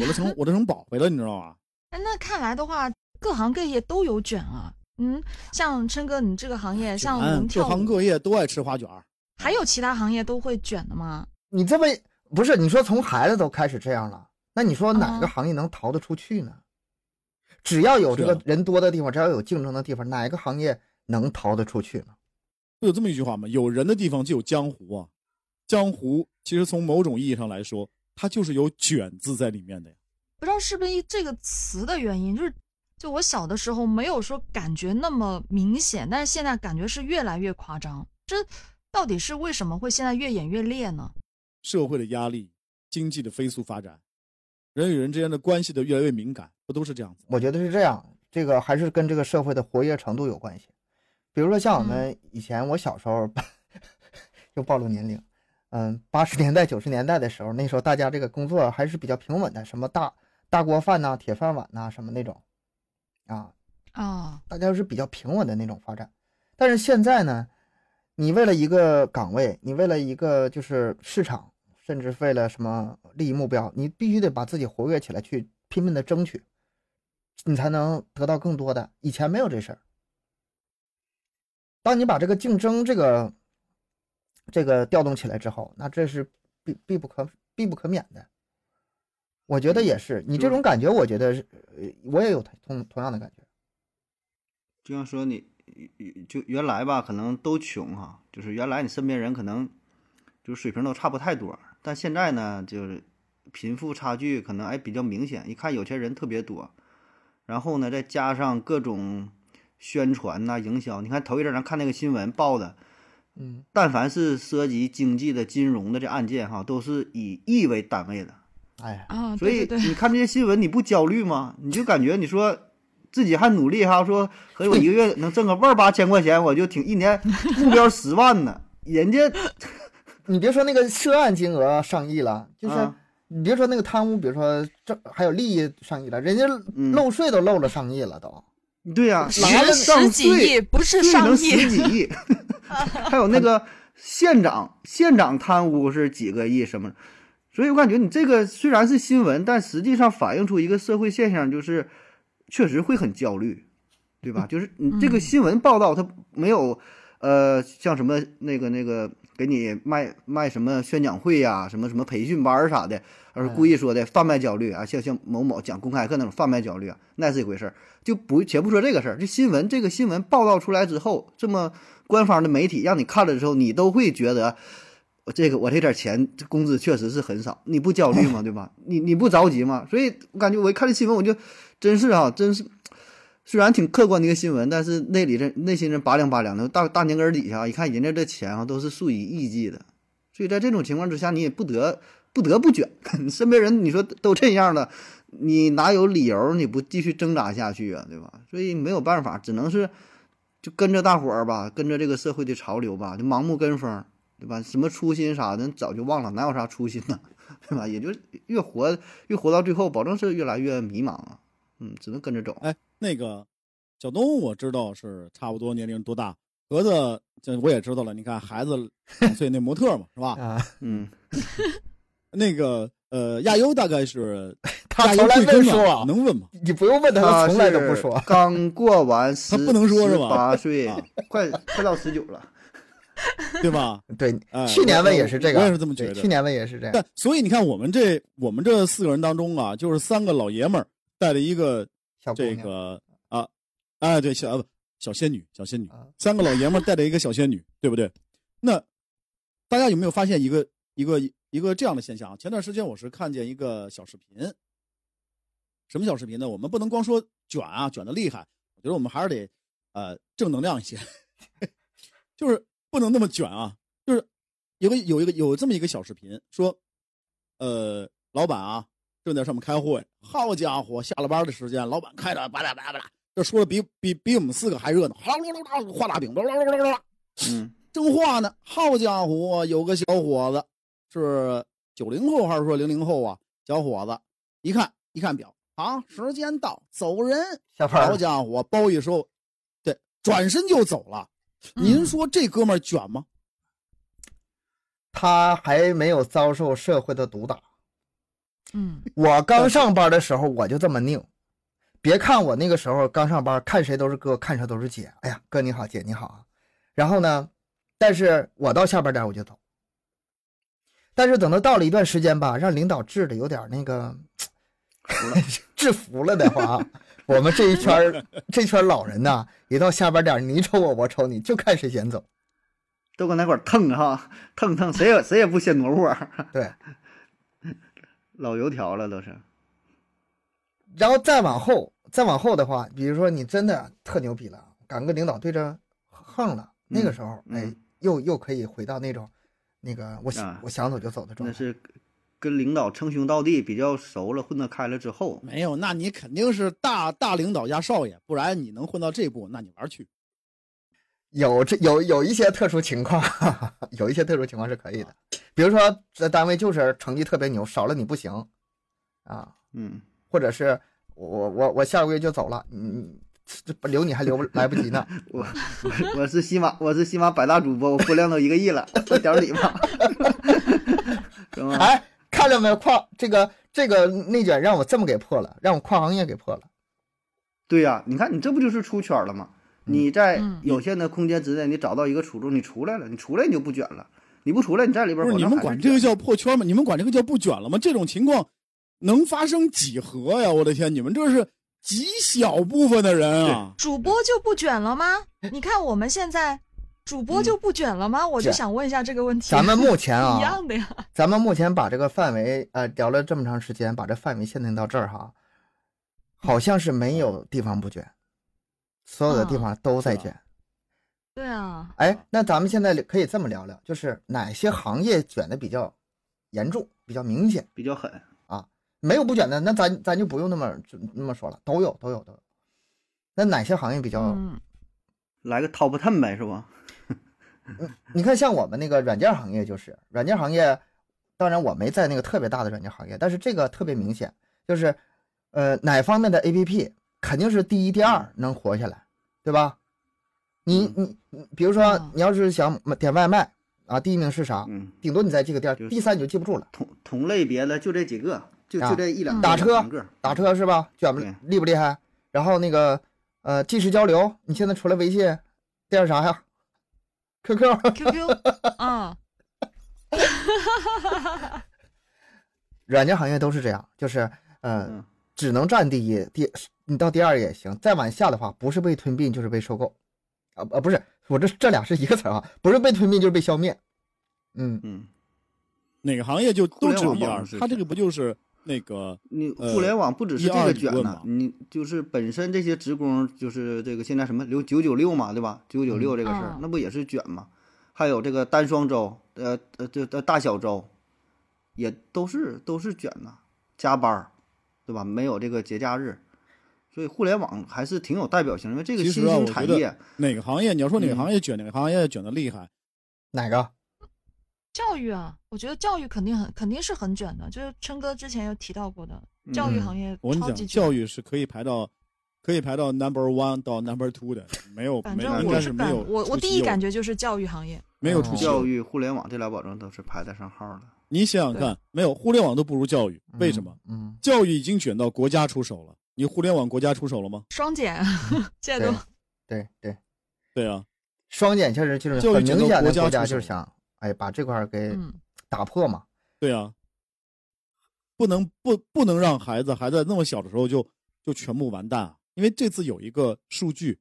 我都成我都成宝贝了，你知道吗？哎，那看来的话，各行各业都有卷啊。嗯，像琛哥你这个行业， 像我嗯们各跳行舞，各业都爱吃花卷儿，还有其他行业都会卷的吗？你这么不是你说从孩子都开始这样了，那你说哪个啊行业能逃得出去呢？只要有这是个啊人多的地方，只要有竞争的地方，哪个行业能逃得出去呢？不有这么一句话吗？有人的地方就有江湖啊，江湖其实从某种意义上来说，它就是有“卷”字在里面的呀。不知道是不是因这个词的原因，就是就我小的时候没有说感觉那么明显，但是现在感觉是越来越夸张。这到底是为什么会现在越演越烈呢？社会的压力、经济的飞速发展，人与人之间的关系的越来越敏感，不都是这样子吗？我觉得是这样，这个还是跟这个社会的活跃程度有关系。比如说像我们以前，我小时候， 又暴露年龄，嗯，八十年代、九十年代的时候，那时候大家这个工作还是比较平稳的，什么大大锅饭呐、铁饭碗呐、什么那种，啊，哦，大家是比较平稳的那种发展。但是现在呢，你为了一个岗位，你为了一个就是市场，甚至为了什么利益目标，你必须得把自己活跃起来，去拼命的争取，你才能得到更多的。以前没有这事儿。当你把这个竞争这个这个调动起来之后，那这是必必不可必不可免的。我觉得也是，你这种感觉，我觉得是，呃我也有同同样的感觉。就像说你，就原来吧，可能都穷哈、就是原来你身边人可能就是水平都差不太多，但现在呢，就是贫富差距可能哎比较明显，一看有钱人特别多，然后呢再加上各种宣传呐、营销，你看头一阵儿咱看那个新闻报的，嗯，但凡是涉及经济的、金融的这案件哈、都是以亿为单位的，哎呀，哦，所对以对对，你看这些新闻，你不焦虑吗？你就感觉你说自己还努力哈，说和我一个月能挣个万八千块钱，我就挺一年目标十万呢。人家你别说那个涉案金额上亿了，就是、嗯啊你别说那个贪污，比如说这还有利益上亿了，人家嗯漏税都漏了上亿了都。啊对呀、拿十着十上几亿税，不是税上能亿 十，几亿， 还有那个县长，县长贪污是几个亿什么？所以我感觉你这个虽然是新闻，但实际上反映出一个社会现象，就是确实会很焦虑，对吧？就是你这个新闻报道它没有，呃，像什么那个那个给你卖卖什么宣讲会呀、什么什么培训班儿啥的，而是故意说的贩卖焦虑啊，像像某某讲公开课那种贩卖焦虑啊，那是一回事儿。就不且不说这个事儿，这新闻这个新闻报道出来之后，这么官方的媒体让你看了之后，你都会觉得我这个我这点钱，这工资确实是很少，你不焦虑吗？对吧？你你不着急吗？所以我感觉我一看这新闻，我就真是啊，真是虽然挺客观的一个新闻，但是内里这内心人拔凉拔凉的，大大年根儿底下一看人家这钱啊都是数以亿计的，所以在这种情况之下，你也不得不得不卷， 你身边人你说都这样了，你哪有理由你不继续挣扎下去啊？对吧？所以没有办法，只能是就跟着大伙儿吧，跟着这个社会的潮流吧，就盲目跟风。对吧？什么初心啥的，早就忘了，哪有啥初心呢？ 对吧？也就越活越活到最后，保证是越来越迷茫啊。嗯，只能跟着走。哎，那个小东，我知道是差不多年龄多大，盒子这我也知道了。你看孩子两岁那模特嘛，是吧？啊， 嗯，那个呃，亚优大概是 他亚优从来贵没庚说啊啊，能问吗？你不用问他，他从来都不说他是。刚过完十， 他不能说是吧八岁啊，快快到十九了。对 吧？对，哎去年问也是这个，我我也是这么觉对得去年问也是这样。但所以你看，我们这我们这四个人当中啊，就是三个老爷们儿带了一个小姑这娘，个啊，哎，对，小啊不小仙女，小仙女啊，三个老爷们儿带着一个小仙女，对不对？那大家有没有发现一个一个一个这样的现象啊？前段时间我是看见一个小视频，什么小视频呢？我们不能光说卷啊，卷的厉害，我觉得我们还是得呃正能量一些， 就是不能那么卷啊。就是有个有一个有这么一个小视频说，呃，老板啊，正在上面开会，好家伙，下了班的时间，老板开着巴拉巴拉巴拉，这说的比比比我们四个还热闹，哗啦啦啦啦，画大饼，啦啦啦啦啦啦，嗯，正画呢，好家伙，有个小伙子是九零后还是说零零后啊？小伙子一看一看表啊，时间到，走人。下班好了家伙，包一收，对，转身就走了。您嗯说这哥们儿卷吗？他还没有遭受社会的毒打。嗯，我刚上班的时候我就这么拧，别看我那个时候刚上班，看谁都是哥，看谁都是姐。哎呀，哥你好，姐你好啊。然后呢，但是我到下班点儿我就走。但是等到到了一段时间吧，让领导治的有点儿那个 制服了的话，我们这一圈儿这圈儿老人呐、一到下班点儿你瞅我我瞅你，就看谁先走。都搁那块儿腾哈，腾腾，谁也谁也不先挪窝儿，对，老油条了都是。然后再往后，再往后的话，比如说你真的特牛逼了，敢跟领导对着横了，那个时候，嗯哎，又又可以回到那种，那个我想、啊我想走就走的状那态。是跟领导称兄道弟，比较熟了，混得开了之后，没有，那你肯定是大大领导家少爷，不然你能混到这步，那你玩儿去。有这有有一些特殊情况， 有一些特殊情况是可以的，比如说在单位就是成绩特别牛，少了你不行啊， 嗯，或者是我我我下个月就走了，你你这不留你还留不来不 及呢。我我我是西马，我是西马百大主播，我播量都一个亿了，快点儿你吧，是吗？哎，看到没有？跨这个这个内卷让我这么给破了，让我跨行业给破了。 对呀、你看你这不就是出圈了吗？你在嗯有限的空间之内，你找到一个出路，你出来了，你出来你就不卷了，你不出来你在里边儿不是好你像们还管是这个卷叫破圈吗？你们管这个叫不卷了吗？这种情况能发生几何呀？我的天，你们这是极小部分的人啊！主播就不卷了吗？ 你看我们现在主播就不卷了吗？嗯我就卷想问一下这个问题。咱 们目前一啊，样的呀，咱们目前把这个范围呃聊了这么长时间，把这范围限定到这儿哈，好像是没有地方不卷，所有的地啊方都在是吧卷。对啊，哎，那咱们现在可以这么聊聊，就是哪些行业卷的比较严重、比较明显？比较狠，没有不卷的，那咱咱就不用那么就那么说了，都有都有都有。那哪些行业比较？嗯，来个 top ten 呗，是吧？你看，像我们那个软件行业，就是软件行业，当然我没在那个特别大的软件行业，但是这个特别明显，就是，呃，哪方面的 APP 肯定是第一、第二能活下来，对吧？你你你，比如说嗯你要是想买点外卖啊，第一名是啥？嗯，顶多你在这个店儿就，是第三你就记不住了。同同类别的就这几个，就啊就这一两嗯个打车两个打车是吧？卷不对厉不厉害？然后那个呃，即时交流，你现在除了微信，第二啥呀？QQ， QQ，嗯，软件行业都是这样，就是呃，嗯只能占第一，第你到第二也行，再往下的话，不是被吞并就是被收购，啊啊，不是，我这这俩是一个词儿啊，不是被吞并就是被消灭，嗯，嗯，哪个行业就都只有互一联网二是，他这个不就是那个你呃互联网不只是这一二个理卷论呐嘛，你就是本身这些职工就是这个现在什么留九九六嘛，对吧？九九六这个事儿啊嗯，那不也是卷嘛？还有这个单双周，呃呃，这这大小周，也都是都是卷呐，加班儿，对吧？没有这个节假日，所以互联网还是挺有代表性，因为这个其实新啊兴我觉产得业，哪个行业？你要说哪个嗯行业卷，哪个行业卷的厉害？哪个？教育啊，我觉得教育肯定很肯定是很卷的，就是琛哥之前有提到过的，嗯教育行业我跟你超讲，级卷。教育是可以排到，可以排到 number one 到 number two 的，没有反没正有，应我该是没感有。我我第一感觉觉就是教育行业，没有出嗯息。教育、互联网这俩保证都是排得上号的。你想想看，没有互联网都不如教育，为什么？嗯？教育已经卷到国家出手了，你互联网国家出手了吗？双减， 现在对都嗯，对对，对啊，双减确实就是教育很整个明显的国家国出家手就是了想，哎，把这块儿给嗯打破嘛，对啊，不能不不能让孩子还在那么小的时候就就全部完蛋啊！因为这次有一个数据，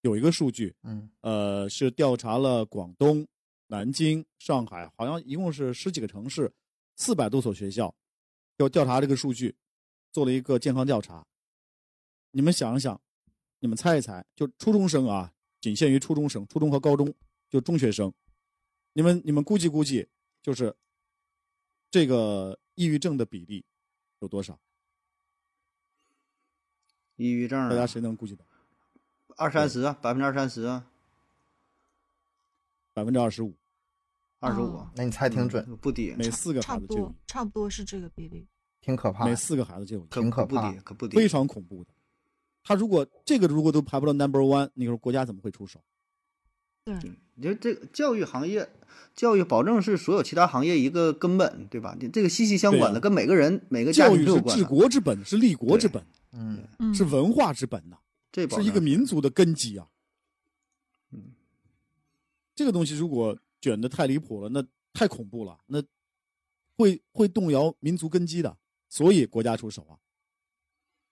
有一个数据，嗯呃，是调查了广东、南京、上海，好像一共是十几个城市，四百多所学校，要调查这个数据，做了一个健康调查。你们想一想，你们猜一猜，就初中生啊，仅限于初中生，初中和高中，就中学生，你们你们估计估计，就是这个抑郁症的比例有多少？抑郁症大家啊，谁能估计到？二三十啊，百分之二三十啊，百分之二十五，二十五哦啊，那你猜挺嗯准，，不低，每四个差孩不子就有多一，差不多是这个比例。挺可怕每的，四个孩子就有一个。可挺可不怕低，可不低，非常恐怖的。他如果这个如果都排不到 number one，你说国家怎么会出手？对，你说嗯这个教育行业，教育保证是所有其他行业一个根本，对吧？你这个息息相关对啊的，跟每个人、每个家教庭育都有是啊关治的。国之本，是立国之本，嗯嗯，是文化之本呐、这保是证一个民族的根基啊。嗯，这个东西如果卷的太离谱了，那太恐怖了，那会会动摇民族根基的，所以国家出手啊。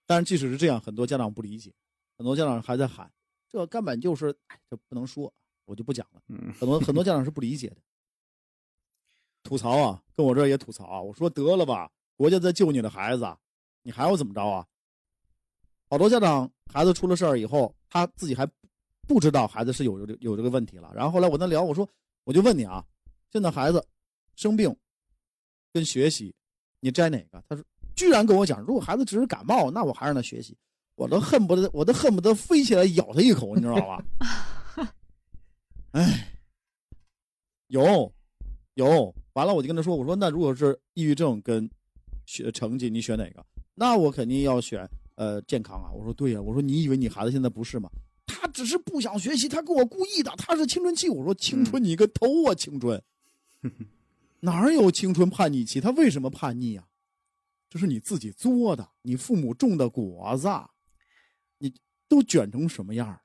但是即使是这样，很多家长不理解，很多家长还在喊，这根本就是，哎，这不能说，我就不讲了。嗯，很多很多家长是不理解的。吐槽啊，跟我这儿也吐槽啊，我说得了吧，国家在救你的孩子啊，你还要怎么着啊？好多家长孩子出了事儿以后，他自己还不知道孩子是有这有这个问题了。然后后来我跟他聊，我说我就问你啊，现在孩子生病跟学习你摘哪个？他说，居然跟我讲，如果孩子只是感冒，那我还让他学习，我都恨不得，我都恨不得飞起来咬他一口，你知道吧？哎，有，有，完了我就跟他说，我说那如果是抑郁症跟学成绩，你选哪个？那我肯定要选呃健康啊。我说对呀、我说你以为你孩子现在不是吗？他只是不想学习，他跟我故意的，他是青春期。我说青春你个头啊，青春，哪儿有青春叛逆期？他为什么叛逆啊？这是你自己作的，你父母种的果子，啊你都卷成什么样儿？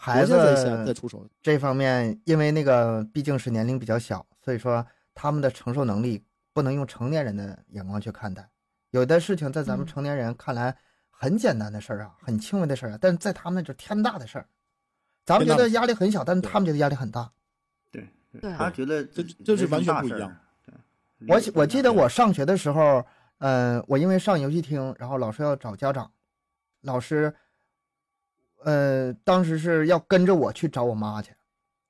孩子我现在想再出手，这方面，因为那个毕竟是年龄比较小，所以说他们的承受能力不能用成年人的眼光去看待。有的事情在咱们嗯成年人看来很简单的事儿啊，很轻微的事儿啊，但是在他们那就是天大的事儿。咱们觉天大得的压力很小，但是对他们觉得压力很大。对，对对啊他觉得这这是完全不一样。对，我理解不我一记样得我上学的时候，嗯、我因为上游戏厅，然后老师要找家长，老师，呃，当时是要跟着我去找我妈去。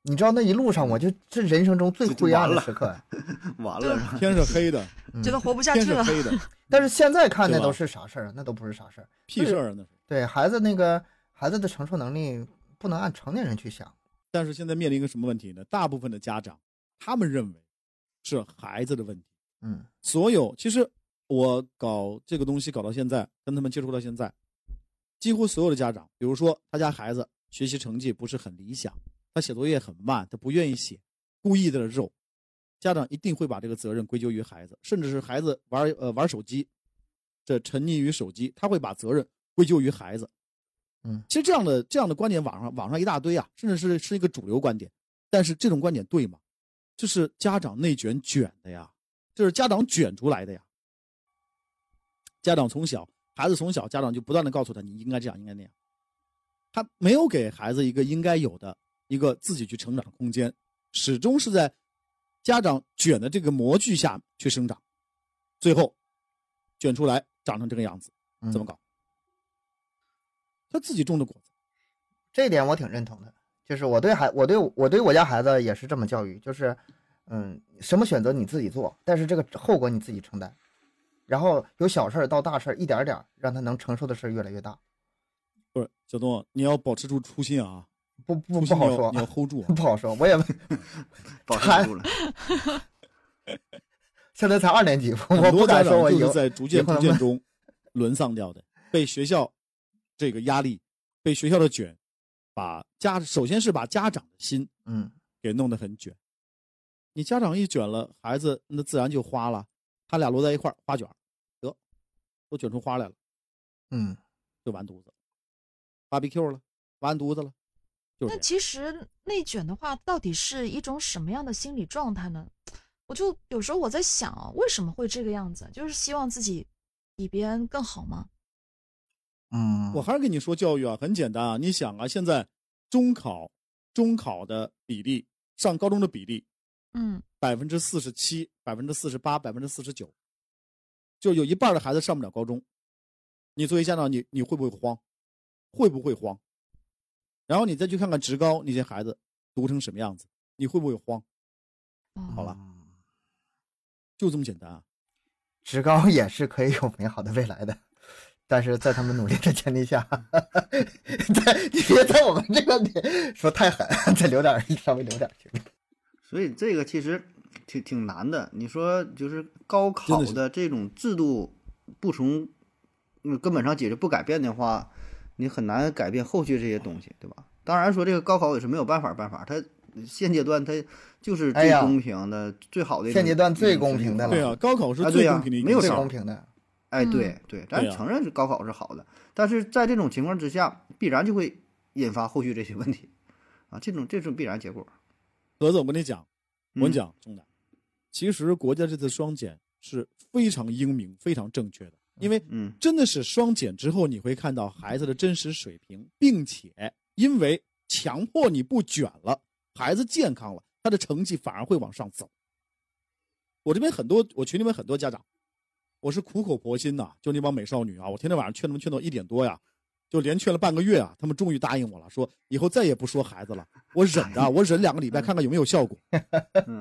你知道那一路上，我就这人生中最这就灰暗完的了时刻啊呀。啊完了是吧，天是黑的，嗯觉得活不下天去是了。黑的，但是现在看对那吧都是啥事儿，那都不是啥事儿。屁事儿啊那是。对孩子那个孩子的承受能力不能按成年人去想，但是现在面临一个什么问题呢？大部分的家长，他们认为是孩子的问题。嗯所有其实我搞这个东西搞到现在，跟他们接触到现在，几乎所有的家长，比如说他家孩子学习成绩不是很理想，他写作业很慢，他不愿意写，故意的肉，家长一定会把这个责任归咎于孩子，甚至是孩子玩呃玩手机，这沉溺于手机，他会把责任归咎于孩子。嗯，其实这样的这样的观点，网上网上一大堆啊，甚至是是一个主流观点，但是这种观点对吗？这是家长内卷卷的呀。这是家长卷出来的呀。家长从小，孩子从小，家长就不断的告诉他，你应该这样，应该那样。他没有给孩子一个应该有的一个自己去成长的空间，始终是在家长卷的这个模具下去生长，最后卷出来长成这个样子，嗯，怎么？搞？他自己种的果子，这一点我挺认同的，就是我对孩我对我对我家孩子也是这么教育，就是嗯，什么选择你自己做，但是这个后果你自己承担。然后由小事儿到大事儿，一点儿点儿让他能承受的事儿越来越大，不是小东，啊你要保持住初心啊，不不初不心你好要说你，要 hold 住、啊。不好说。我也 保持孩不住了，现在才二年级，我很不多敢家说长我就有是在逐渐以后逐渐中 沦丧掉的，被学校这个压力，被学校的卷，把家首先是把家长的心嗯给弄得很卷。你家长一卷了，孩子那自然就花了，他俩摞在一块儿花卷儿，得都卷出花来了，嗯就完犊子了，BBQ 了，完犊子了，就是这那样其实内卷的话，到底是一种什么样的心理状态呢？我就有时候我在想啊，为什么会这个样子？就是希望自己比别人更好吗？嗯，我还是跟你说教育啊，很简单啊。你想啊，现在中考中考的比例，上高中的比例嗯，百分之四十七、百分之四十八、百分之四十九，就有一半的孩子上不了高中。你作为家长，你你会不会慌？会不会慌？然后你再去看看职高那些孩子读成什么样子，你会不会慌？哦好了就这么简单啊！职高也是可以有美好的未来的，但是在他们努力的前提下，在你别在我们这个里说太狠，再留点儿，稍微留点儿去。所以这个其实挺挺难的。你说就是高考真的这种制度不从嗯根本上解决不改变的话，你很难改变后续这些东西，对吧？当然说这个高考也是没有办法办法，它现阶段它就是哎最呀公平的、最好的一种。现阶段最公平的了对啊，高考是啊对最啊公平的一没有个最事错儿公，平的，哎，嗯对对，咱对啊承认是高考是好的，但是在这种情况之下，必然就会引发后续这些问题啊，这种这是必然结果。何总，我跟你讲，我跟嗯你讲，兄弟，其实国家这次双减是非常英明、非常正确的，因为嗯真的是双减之后，你会看到孩子的真实水平，并且因为强迫你不卷了，孩子健康了，他的成绩反而会往上走。我这边很多，我群里面很多家长，我是苦口婆心呐、就那帮美少女啊，我天天晚上劝他们劝到一点多呀，就连劝了半个月啊，他们终于答应我了，说以后再也不说孩子了，我忍着啊，我忍两个礼拜看看有没有效果，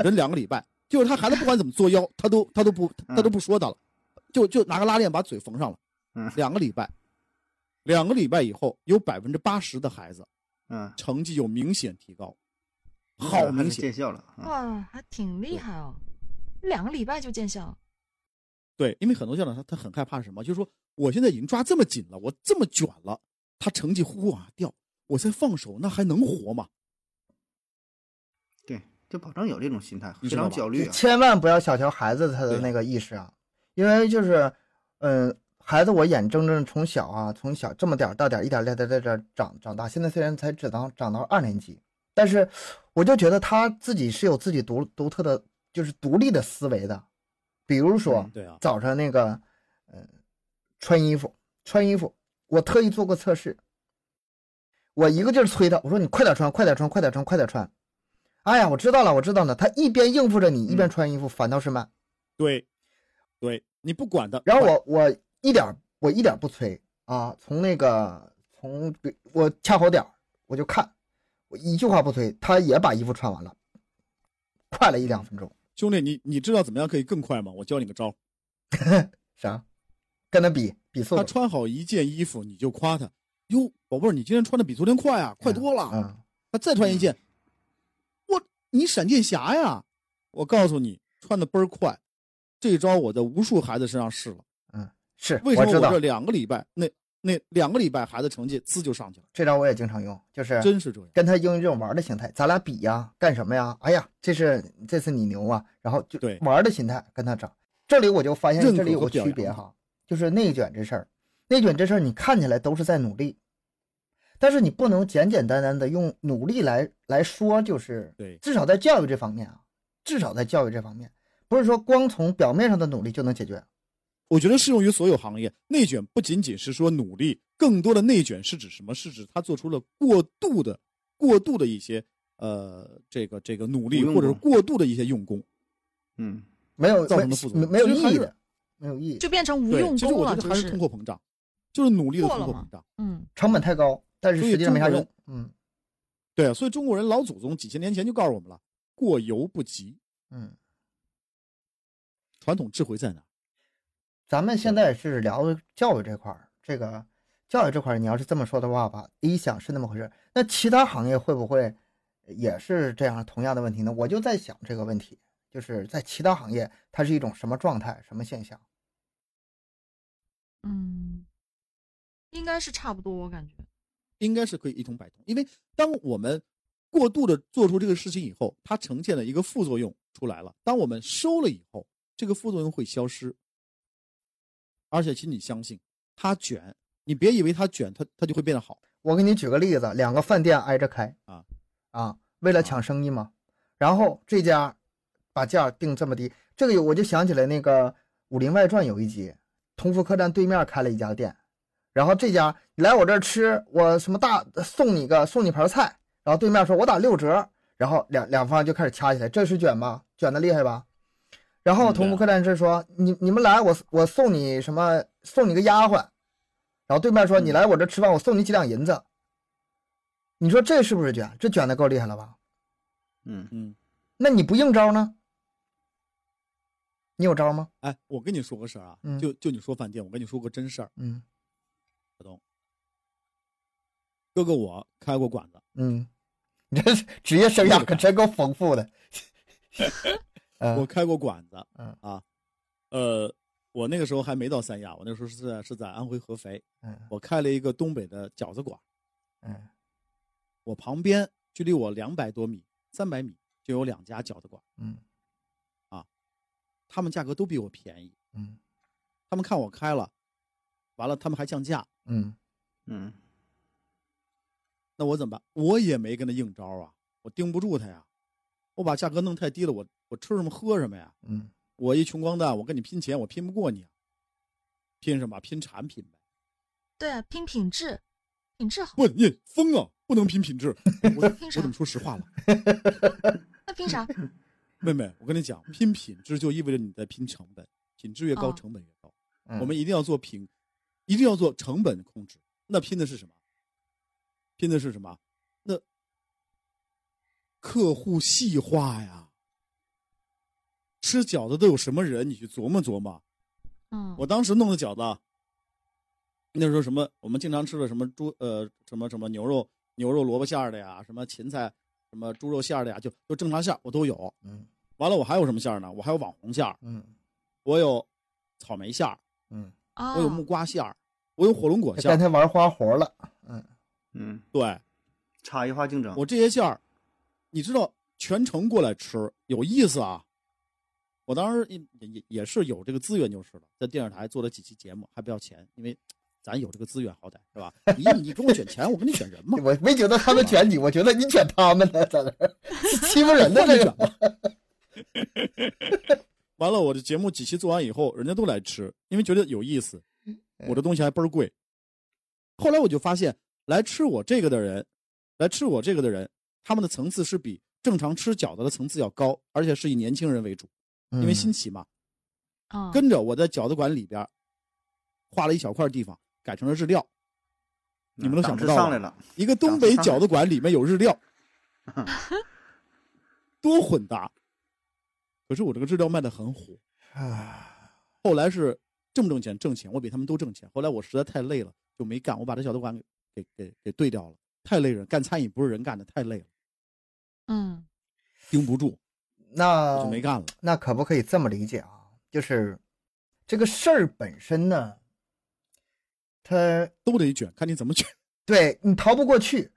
忍两个礼拜，就是他孩子不管怎么作妖，他都他都不他都不说他了，就就拿个拉链把嘴缝上了，嗯两个礼拜，两个礼拜以后，有百分之八十的孩子嗯，成绩有明显提高，嗯好还明是显。见效了啊，哇，还挺厉害哦，两个礼拜就见效。对，因为很多家长他他很害怕什么，就是说我现在已经抓这么紧了，我这么卷了，他成绩呼呼往下掉，我再放手，那还能活吗？对，就保证有这种心态，非你知道常吧焦虑啊，千万不要小瞧孩子他对的啊那个意识啊，因为就是，嗯，孩子我眼睁睁从小啊，从小这么点儿到点儿一点儿一点儿在这儿长长大，现在虽然才只当长到二年级，但是我就觉得他自己是有自己独独特的，就是独立的思维的，比如说，对啊，早上那个，呃，穿衣服，穿衣服，我特意做过测试，我一个劲儿催他，我说你快点穿，快点穿，快点穿，快点穿。哎呀，我知道了，我知道了。他一边应付着你，一边穿衣服，反倒是慢。对，对你不管他，然后我我一点儿我一点儿不催啊，从那个从比我掐好点儿，我就看，我一句话不催，他也把衣服穿完了，快了一两分钟。兄弟，你你知道怎么样可以更快吗？我教你个招儿，啥？跟他比比速他度？穿好一件衣服，你就夸他，哟，宝贝儿，你今天穿的比昨天快啊，快多了。嗯，他再穿一件，我你闪电侠呀！我告诉你，穿的倍儿快，这一招我在无数孩子身上试了。是，为什么知我道这两个礼拜那那两个礼拜孩子成绩滋就上去了？这招我也经常用，就是真是这样。跟他用这种玩的心态，咱俩比呀，干什么呀？哎呀，这是这次你牛啊，然后就对玩的心态跟他整。这里我就发现认可这里有和个表区扬别哈，就是内卷这事儿，内卷这事儿你看起来都是在努力，但是你不能简简单单的用努力来来说，就是对至少在教育这方面啊，至少在教育这方面，不是说光从表面上的努力就能解决。我觉得适用于所有行业，内卷不仅仅是说努力，更多的内卷是指什么？是指他做出了过度的、过度的一些呃，这个这个努力，不用或者是功过度的一些用功。嗯，没有造没成的副作没用其没有意实还义是的，没有意义，就变成无对，用其实功我了，觉得就还是通货膨胀，就是努力的过通了货嘛膨胀。嗯，成本太高，但是所以实际上没啥中国用人。嗯对，啊所以中国人老祖宗几千年前就告诉我们了：过犹不及。嗯。传统智慧在哪？咱们现在是聊教育这块儿，这个教育这块儿，你要是这么说的话吧，一想是那么回事儿，那其他行业会不会也是这样同样的问题呢？我就在想这个问题，就是在其他行业它是一种什么状态、什么现象？嗯，应该是差不多，我感觉。应该是可以一通百通。因为当我们过度的做出这个事情以后，它呈现了一个副作用出来了。当我们收了以后，这个副作用会消失。而且，请你相信，它卷，你别以为它卷，它它就会变得好。我给你举个例子，两个饭店挨着开啊啊，为了抢生意嘛，然后这家把价定这么低，这个有我就想起来那个《武林外传》有一集，同福客栈对面开了一家店，然后这家你来我这儿吃，我什么大送你个送你盘菜，然后对面说我打六折，然后两两方就开始掐起来，这是卷吧？卷的厉害吧？然后嗯同对福啊客栈是说你你们来我我送你什么送你个丫鬟，然后对面嗯说你来我这吃饭我送你几两银子，你说这是不是卷？这卷的够厉害了吧？嗯，嗯，那你不应招呢？你有招吗？哎，我跟你说个事儿啊，嗯就就你说饭店，我跟你说个真事儿。嗯哥哥，我开过馆子，嗯，你这 职业生涯可真够丰 富的。我嗯开过馆子，嗯啊，呃，我那个时候还没到三亚，我那时候是在是在安徽合肥，嗯我开了一个东北的饺子馆，嗯我旁边距离我两百多米、三百米就有两家饺子馆，啊嗯他们价格都比我便宜，嗯他们看我开了，完了他们还降价，嗯嗯，那我怎么办？我也没跟他硬招啊，我盯不住他呀，我把价格弄太低了，我我吃什么喝什么呀？嗯我一穷光蛋，我跟你拼钱，我拼不过你啊，拼什么？拼产品呗。对啊，拼品质，品质好，不，你疯啊！不能拼品质。我凭我啥怎么说实话了？那凭啥？妹妹，我跟你讲，拼品质就意味着你在拼成本，品质越高，哦成本越高。嗯，我们一定要做品，一定要做成本控制。那拼的是什么？拼的是什么？那客户细化呀。吃饺子都有什么人？你去琢磨琢磨。嗯，我当时弄的饺子啊，那时候什么我们经常吃的什么猪呃什么什么牛肉牛肉萝卜馅儿的呀，什么芹菜什么猪肉馅儿的呀，就就正常馅儿我都有。嗯完了我还有什么馅儿呢？我还有网红馅儿，嗯我有草莓馅儿，嗯，啊我有木瓜馅儿，我有火龙果他馅刚儿。才玩花活了，嗯，嗯，对差异化竞争，我这些馅儿，你知道全程过来吃有意思啊。我当时也也也是有这个资源就是了，在电视台做了几期节目还不要钱，因为咱有这个资源，好歹是吧？你你给我选钱，我给你选人嘛。 我没觉得他们卷你，我觉得你卷他们呢，在那儿欺负 人的这个， 完了，我的节目几期做完以后，人家都来吃，因为觉得有意思。我的东西还倍儿贵。后来我就发现，来吃我这个的人，来吃我这个的人，他们的层次是比正常吃饺子的层次要高，而且是以年轻人为主，因为嗯新奇嘛。啊跟着我在饺子馆里边儿划了一小块地方，改成了日料。你们都嗯档想不次到啊吧上来了，一个东北饺子馆里面有日 料，多混搭！可是我这个日料卖的很火，啊，后来是挣不挣钱？挣钱，我比他们都挣钱。后来我实在太累了，就没干，我把这小酒馆给给给给兑掉了，太累人，干餐饮不是人干的，太累了，嗯盯不住，那我就没干了。那可不可以这么理解啊？就是这个事儿本身呢，它都得卷，看你怎么卷。 对你逃不过去，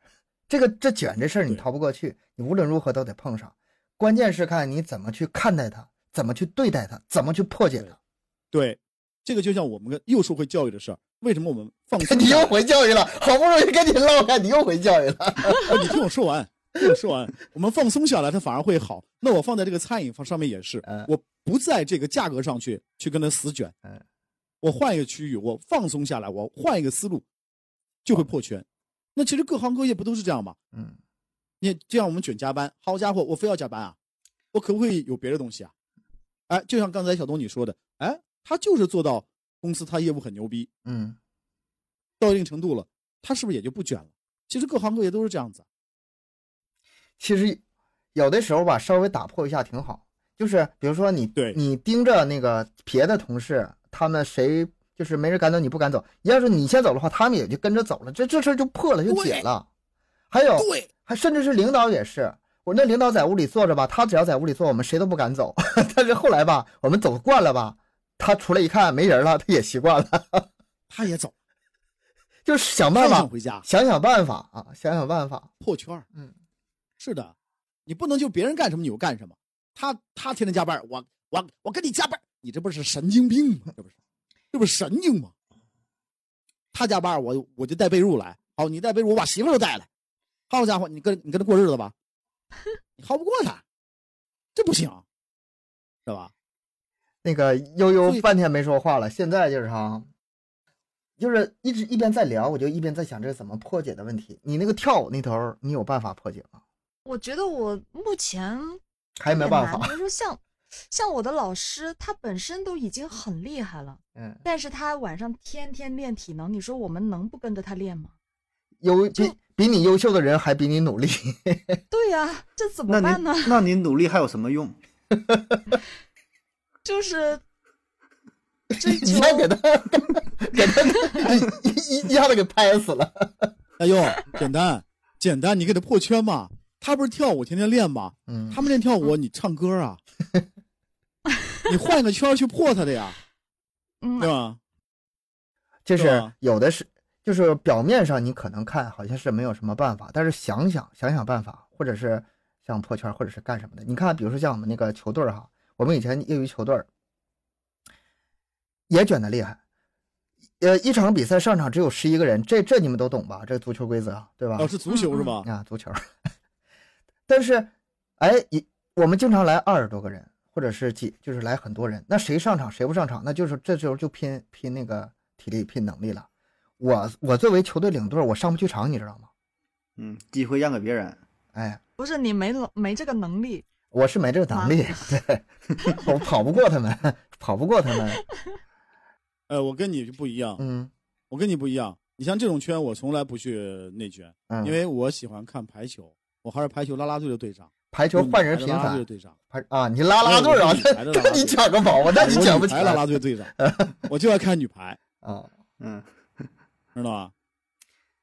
这个这卷这事儿你对逃不过去，你无论如何都得碰上。关键是看你怎么去看待它，怎么去对待它，怎么去破解它。对，这个就像我们跟又说回教育的事儿，为什么我们放松？ 你又回教育了，好不容易跟你唠开，你又回教育了。哎你听我说完，听我说完，我们放松下来，它反而会好。那我放在这个餐饮方上面也是嗯，我不在这个价格上去去跟它死卷嗯，我换一个区域，我放松下来，我换一个思路，就会破圈。那其实各行各业不都是这样吗？嗯你就像我们卷加班，好家伙，我非要加班啊，我可不可以有别的东西啊？哎，就像刚才小东你说的，哎，他就是做到公司他业务很牛逼，嗯，到一定程度了，他是不是也就不卷了？其实各行各业都是这样子啊。其实有的时候吧，稍微打破一下挺好。就是比如说你对你盯着那个别的同事，他们谁就是没人赶走你不赶走，要是你先走的话，他们也就跟着走了，这这事儿就破了就解了。还有对，还甚至是领导也是，我那领导在屋里坐着吧，他只要在屋里坐，我们谁都不敢走。 但是后来吧，我们走惯了吧，他出来一看没人了，他也习惯了， 他也走，就是想他办也法想，回家想想办法啊，想想办法。破圈儿。嗯，是的，你不能就别人干什么你就干什么。他他天天加班，我我我跟你加班，你这不是神经病吗？这不是，这不是神经吗？他加班，我我就带被褥来。好，你带被褥，我把媳妇儿都带来。好家伙，你跟你跟他过日子 吧，你耗不过他，这不行，是吧？那个悠悠所以半天没说话了，现在就是哈，就是一直一边在聊，我就一边在想这怎么破解的问题。你那个跳舞那头儿，你有办法破解吗？我觉得我目前还没也办难法。比如说像像我的老师，他本身都已经很厉害了，嗯，但是他晚上天天练体能，你说我们能不跟着他练吗？优比就比你优秀的人还比你努力，对呀、这怎那么办您呢？那您努力还有什么用？就是 追你求先给他给他一一下子给拍死了。哎呦，简单简单，你给他破圈嘛。他不是跳舞天天练吗？嗯，他们练跳舞，你唱歌 啊，你换个圈儿去破他的 呀，对嗯吧？就是吧有的是，就是表面上你可能看好像是没有什么办法，但是想想想想办法，或者是想破圈，或者是干什么的。你看，比如说像我们那个球队儿哈，我们以前业余球队儿也卷的厉害，呃，一场比赛上场只有十一个人，这这你们都懂吧？这足球规则啊对吧？哦，是足球是吧？啊，足球。但是，哎，一我们经常来二十多个人，或者是几，就是来很多人。那谁上场谁不上场，那就是这时候就拼拼那个体力、拼能力了。我我作为球队领队，我上不去场，你知道吗？嗯，机会让给别人，哎，不是你没能没这个能力，我是没这个能力，对， 我跑不过他们，跑不过他们。哎呃，我跟你就不一样，嗯我跟你不一样。你像这种圈，我从来不去内圈，嗯，因为我喜欢看排球，我还是排球啦啦队的队长。排球换人频排拉拉队繁，队 长，排啊，你拉拉队啊我是女排的，拉拉队跟你抢个毛，那你我抢女不起排来拉拉队队 长，我就爱看女排，啊。嗯，知道吧？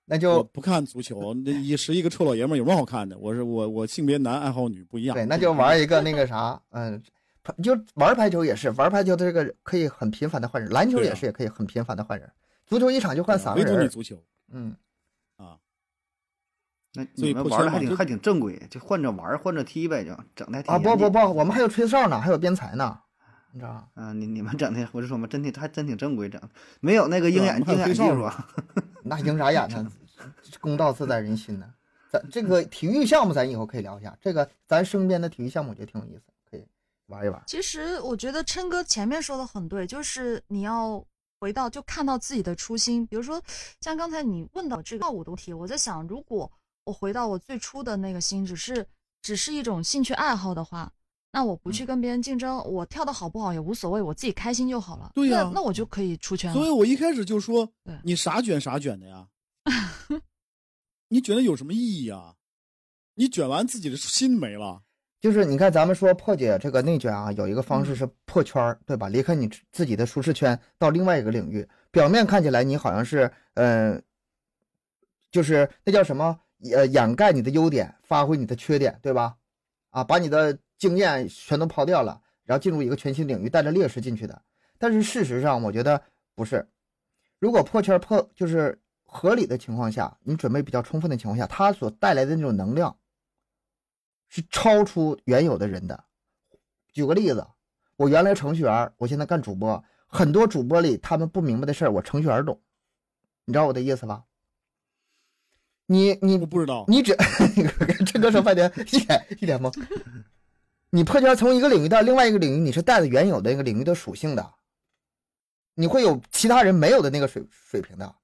那我就不看足球，那一十一个臭老爷们儿有什么好看的？我是我我性别男，爱好女 不一样。对，那就玩一个那个啥，嗯，排就玩排球也是，玩排球的这个可以很频繁的换人，篮球对也啊是也可以很频繁的换人，足球一场就换三个唯独你人，足球，嗯，那所以你们破玩圈的还嘛挺就还挺正规，就换着玩儿换着踢呗，就整哎的还挺啊不严不谨不，我们还有吹哨呢，还有编裁呢，你知道吗？啊，你你们整的，我就说嘛，真挺还真挺正规整的，没有那个鹰对啊眼我们还鹰有眼黑技哨术呢啊。 那赢啥眼呢？公道自在人心呢。咱这个体育项目，咱以后可以聊一下。这个咱身边的体育项目，我觉得挺有意思，可以玩一玩。其实我觉得琛哥前面说的很对，就是你要回到就看到自己的初心。比如说，像刚才你问到这个跳舞的问题，我在想，如果我回到我最初的那个心，只是只是一种兴趣爱好的话，那我嗯不去跟别人竞争，我跳的好不好也无所谓，我自己开心就好了。对呀那那我就可以出圈所以了。我一开始就说对，你啥卷啥卷的 呀？你卷的有什么意义啊？你卷完自己的心没了，就是你看，咱们说破解这个内卷啊，有一个方式是破圈儿，对吧？离开你自己的舒适圈，到另外一个领域。表面看起来你好像是，呃，就是那叫什么，呃，掩盖你的优点，发挥你的缺点，对吧？啊，把你的经验全都抛掉了，然后进入一个全新领域，带着劣势进去的。但是事实上，我觉得不是。如果破圈儿破就是合理的情况下，你准备比较充分的情况下，它所带来的那种能量，是超出原有的人的。举个例子，我原来程序员，我现在干主播，很多主播里他们不明白的事儿，我程序员懂，你知道我的意思吧？你你我不知哦道。你只 这歌手半天一脸一脸懵。你破圈从一个领域到另外一个领域，你是带着原有的那个领域的属性的，你会有其他人没有的那个水水平的。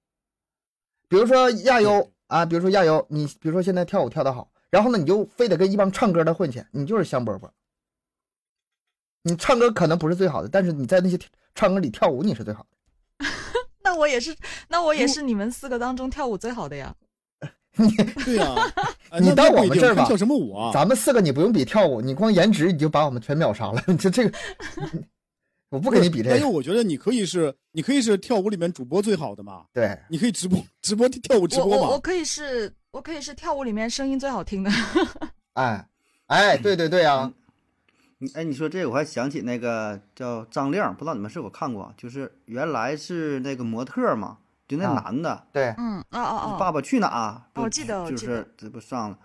比如说亚对优啊，比如说亚优，你比如说现在跳舞跳得好，然后呢，你就非得跟一帮唱歌的混去，你就是香饽饽。你唱歌可能不是最好的，但是你在那些跳唱歌里跳舞你是最好的。那我也是，那我也是你们四个当中跳舞最好的呀。对 呀、哎你那到那不我一们定这儿看吧跳什么舞啊？咱们四个你不用比跳舞，你光颜值你就把我们全秒杀了。 你这这个，我不跟你比这但又个。哎我觉得你可以是，你可以是跳舞里面主播最好的嘛，对，你可以直播直播跳舞直我播我我嘛。可以是，我可以是跳舞里面声音最好听的。哎，哎，对对对啊，你哎，你说这个我还想起那个叫张亮，不知道你们是否看过，就是原来是那个模特儿嘛，就那啊男的，对， 嗯，哦哦哦，爸爸去哪儿》不哦记得我就记得是这不上了，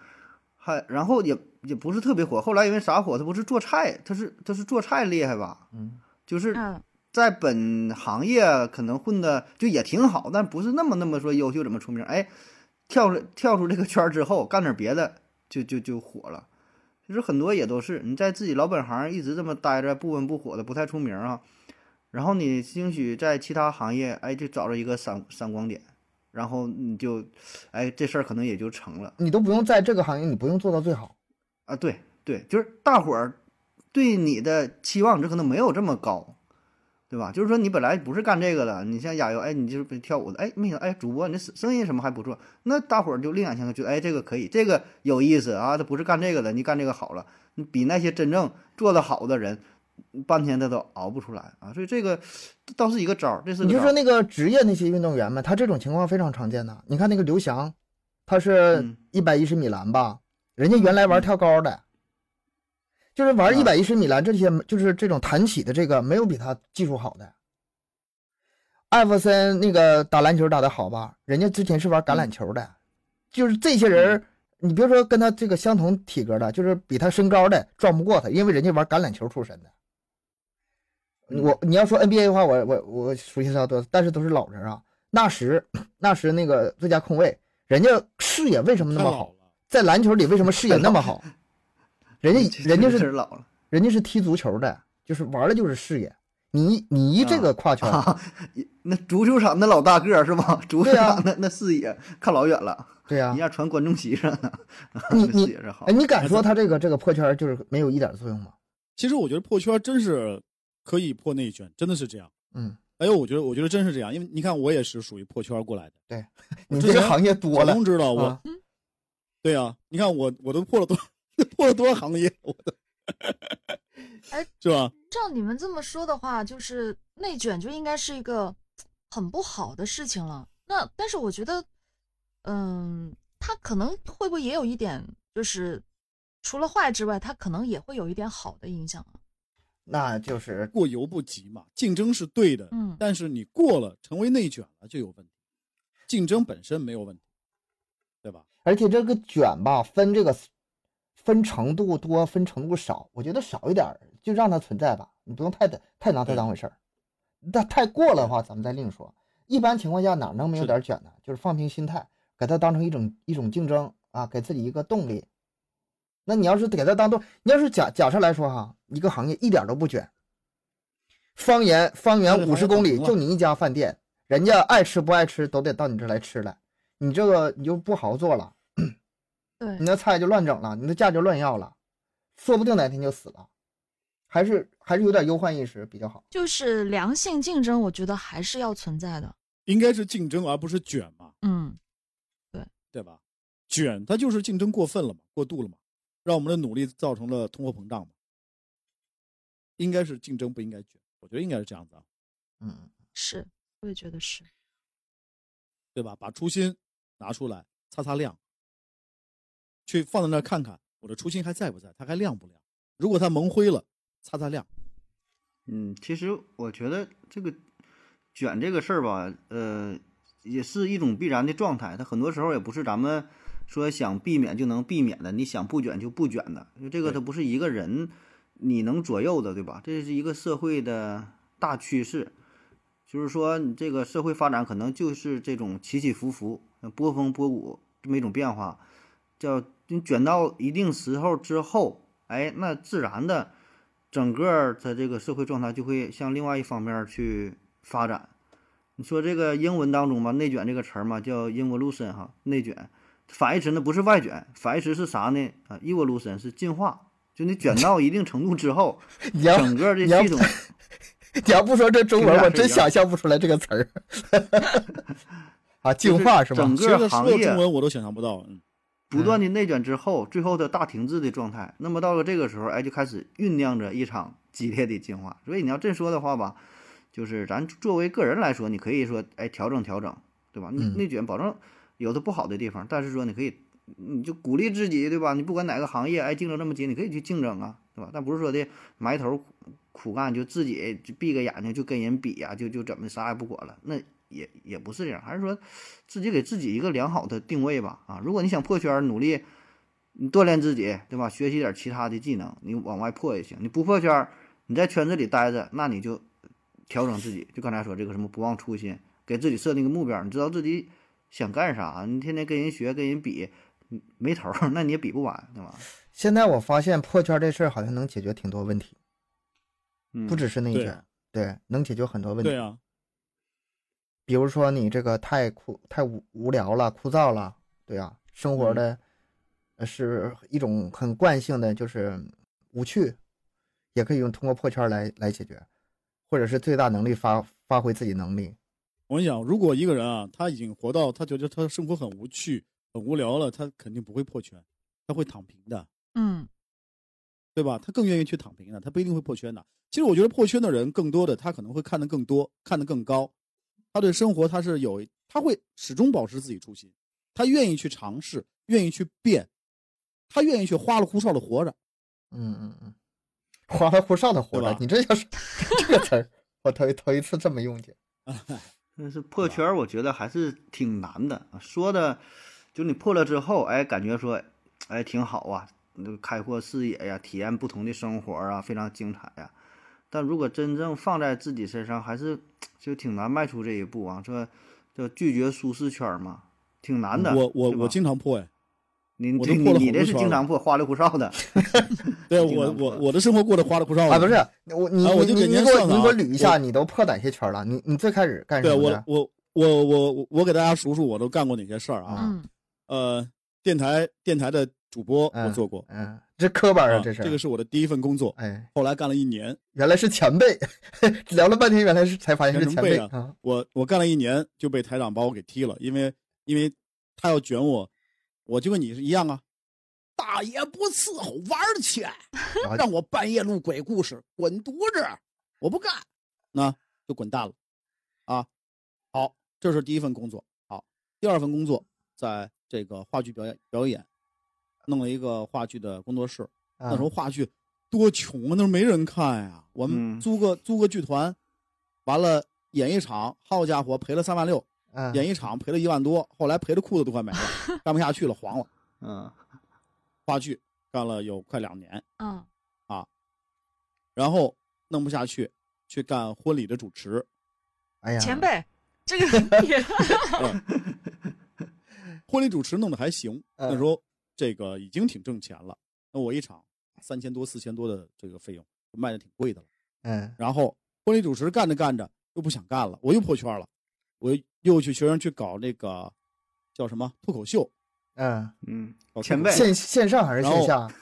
还然后也也不是特别火，后来因为啥火？他不是做菜，他是他是做菜厉害吧？嗯，就是嗯，在本行业可能混的就也挺好，但不是那么那么说优秀，怎么出名？哎，跳出跳出这个圈儿之后，干点别的就就就火了。其实很多也都是你在自己老本行一直这么待着，不温不火的，不太出名啊。然后你兴许在其他行业，哎，就找着一个闪闪光点，然后你就，哎，这事儿可能也就成了你都不用在这个行业，你不用做到最好。啊。对对，就是大伙儿对你的期望值可能没有这么高，对吧？就是说你本来不是干这个的，你像亚游，哎，你就是跳舞的，哎，没想到，哎，主播你这声声音什么还不错，那大伙儿就另眼相看，觉得哎这个可以，这个有意思啊，他不是干这个的，你干这个好了，你比那些真正做得好的人，半天他都熬不出来啊，所以这个倒是一个招儿，这是个你就招说儿那个职业那些运动员们，他这种情况非常常见的。你看那个刘翔，他是嗯一百一十米栏吧，人家原来玩跳高的，就是玩一啊百一十米栏这些，就是这种弹起的这个，没有比他技术好的。艾弗森那个打篮球打得好吧，人家之前是玩橄榄球的，就是这些人儿，你别说跟他这个相同体格的，就是比他身高的撞不过他，因为人家玩橄榄球出身的。我你要说 NBA 的话，我我我熟悉的多，但是都是老人啊。纳什，纳什那个最佳控卫，人家视野为什么那太么老好？了，在篮球里为什么视野那么好？人家人 家这是人老了。人家是踢足球的，就是玩的就是视野。你一你一这个跨圈，啊， 那足球场那老大个儿是吧？足球对啊场那、那视野看老远了，对呀、一下传观众席上了，啊你 那你视野是好哎，。你敢说他这个这个破圈就是没有一点作用吗？其实我觉得破圈真是可以破内卷，真的是这样。嗯，哎呦，我觉得我觉得真是这样，因为你看我也是属于破圈过来的。你之这个前行业多小啊了东知道我，啊对呀、你看我我都破了多 破多行业，我的，哎，是吧？照你们这么说的话，就是内卷就应该是一个很不好的事情了。那但是我觉得，嗯，它可能会不会也有一点，就是除了坏之外，它可能也会有一点好的影响啊。那就是过犹不及嘛，竞争是对的，嗯但是你过了成为内卷了就有问题，竞争本身没有问题，对吧？而且这个卷吧，分这个分程度多，分程度少，我觉得少一点儿就让它存在吧，你不用太的太拿它当回事儿。但太过了的话，咱们再另说。一般情况下哪能没有是的点卷呢？就是放平心态，给它当成一种一种竞争啊，给自己一个动力。那你要是给它当动，你要是假假设来说哈，一个行业一点都不卷，方圆方那圆就五十公里行了就你一家饭店，人家爱吃不爱吃都得到你这儿来吃来，你这个你就不好做了。对你，那菜就乱整了，你的价就乱要了，说不定哪天就死了，还是还是有点忧患意识比较好。就是良性竞争，我觉得还是要存在的。应该是竞争而不是卷嘛，嗯，对吧？卷它就是竞争过分了嘛，过度了嘛，让我们的努力造成了通货膨胀嘛。应该是竞争，不应该卷，我觉得应该是这样子啊，嗯，是，我也觉得是。对吧？把初心拿出来擦擦亮，去放在那儿看看我的初心还在不在，它还亮不亮？如果它蒙灰了，擦擦亮。嗯，其实我觉得这个卷这个事儿吧，呃，也是一种必然的状态。它很多时候也不是咱们说想避免就能避免的，你想不卷就不卷的，因为这个它不是一个人你能左右的，对吧？这是一个社会的大趋势，就是说你这个社会发展可能就是这种起起伏伏、呃波峰波谷这么一种变化。叫你卷到一定时候之后，哎，那自然的。整个的这个社会状态就会向另外一方面儿去发展。你说这个英文当中吧，内卷这个词儿嘛，叫 evolution 哈，内卷。反义词呢不是外卷，反义词是啥呢？啊，evolution 是进化，就你卷到一定程度之后， 你要整个这你要系统你要不说这中这文，俩我是真一样想象不出来这个词 儿。啊，就进化是吧整？其实个它行所有业中文我都想象不到，嗯，不断的内卷之后，最后的大停滞的状态。那么到了这个时候，哎，就开始酝酿着一场激烈的进化。所以你要这么说的话吧，就是咱作为个人来说，你可以说，哎，调整调整，对吧？你嗯内卷保证有它不好的地方，但是说你可以，你就鼓励自己，对吧？你不管哪个行业，哎，竞争这么激，你可以去竞争啊，对吧？但不是说的埋头苦苦干，就自己就闭个眼睛就跟人比呀、就就怎么啥也不管了，那也也不是这样，还是说自己给自己一个良好的定位吧。啊，如果你想破圈儿，努力你锻炼自己，对吧？学习点其他的技能，你往外破也行。你不破圈儿，你在圈子里待着，那你就调整自己。就刚才说这个什么不忘初心，给自己设定个目标，你知道自己想干啥。你天天跟人学，跟人比，嗯没头儿， 那你也比不完，对吧？现在我发现破圈这事儿好像能解决挺多问题，嗯，不只是内对卷，对，能解决很多问题。对啊，比如说你这个太枯、太无无聊了、枯燥了，对啊，生嗯活的呃是一种很惯性的，就是无趣，也可以用通过破圈来来解决，或者是最大能力发发挥自己能力。我跟你讲，如果一个人啊，他已经活到他觉得他生活很无趣、很无聊了，他肯定不会破圈，他会躺平的，嗯，对吧？他更愿意去躺平的，他不一定会破圈的。其实我觉得破圈的人，更多的他可能会看得更多，看得更高，他对生活他是有，他会始终保持自己初心，他愿意去尝试，愿意去变，他愿意去花里胡哨的活着。嗯嗯嗯，花里胡哨的活对着吧，你这就是这个词儿，我头一头一次这么用去。但是破圈，我觉得还是挺难的。啊说的，就你破了之后，哎，感觉说，哎，挺好啊，那个开阔视野呀，体验不同的生活啊，非常精彩呀。但如果真正放在自己身上，还是就挺难迈出这一步啊。这叫拒绝舒适圈嘛，挺难的。我我对吧我经常破哎，你我你都破了你这好多是圈经了常破，花里胡哨的。 对 啊经我常破我我的生活过得花里胡哨的啊，不是我你哦啊你我就你给你您给我算你了给我啊捋一我下，你都破哪些圈了？你你最开始干什对啊么我的？我我我我我给大家数数我都干过哪些事儿啊？嗯，呃，电台电台的主播嗯我做过，嗯，这科班啊，啊这是这个是我的第一份工作，哎。后来干了一年，原来是前辈， 聊了半天，原来是才发现是原前来辈是前辈啊！我我干了一年就被台长把我给踢了，因为因为他要卷我，我就跟你是一样啊，大爷不伺候，玩儿去，然后让我半夜录鬼故事，滚犊子，我不干，那就滚蛋了，啊，好，这是第一份工作，好，第二份工作在这个话剧表演表演，弄了一个话剧的工作室，啊那时候话剧多穷啊，那时候没人看呀、我们嗯租个、租个剧团，完了演一场，好家伙赔了三万六，啊演一场赔了一万多，后来赔的裤子都快没了，干不下去了，黄了。嗯话剧干了有快两年，嗯然后弄不下去，去干婚礼的主持。哎呀，前 辈，这个 也婚礼主持弄得还行，嗯那时候这个已经挺挣钱了。那我一场三千多、四千多的这个费用，卖的挺贵的了。嗯然后婚礼主持干着干着又不想干了，我又破圈了，我又去学生去搞那个叫什么脱口秀，嗯，嗯搞脱口前辈线线上还是线下？啊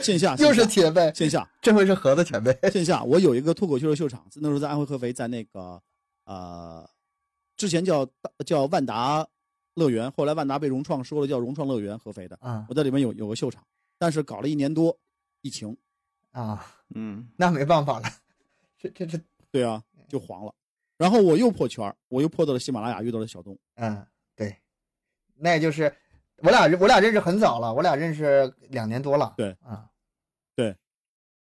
线下又是线前辈，下线下这回是盒子 前辈。线下，我有一个脱口秀的秀场，那时候在安徽合肥，在那个呃之前叫叫万达乐园，后来万达被融创收了，叫融创乐园合肥的，啊我在里面有有个秀场，但是搞了一年多，疫情，啊，嗯那没办法了， 这这这，对啊，就黄了。然后我又破圈儿，我又破到了喜马拉雅，遇到了小东。嗯，对，那也就是我俩我俩认识很早了，我俩认识两年多了。对啊，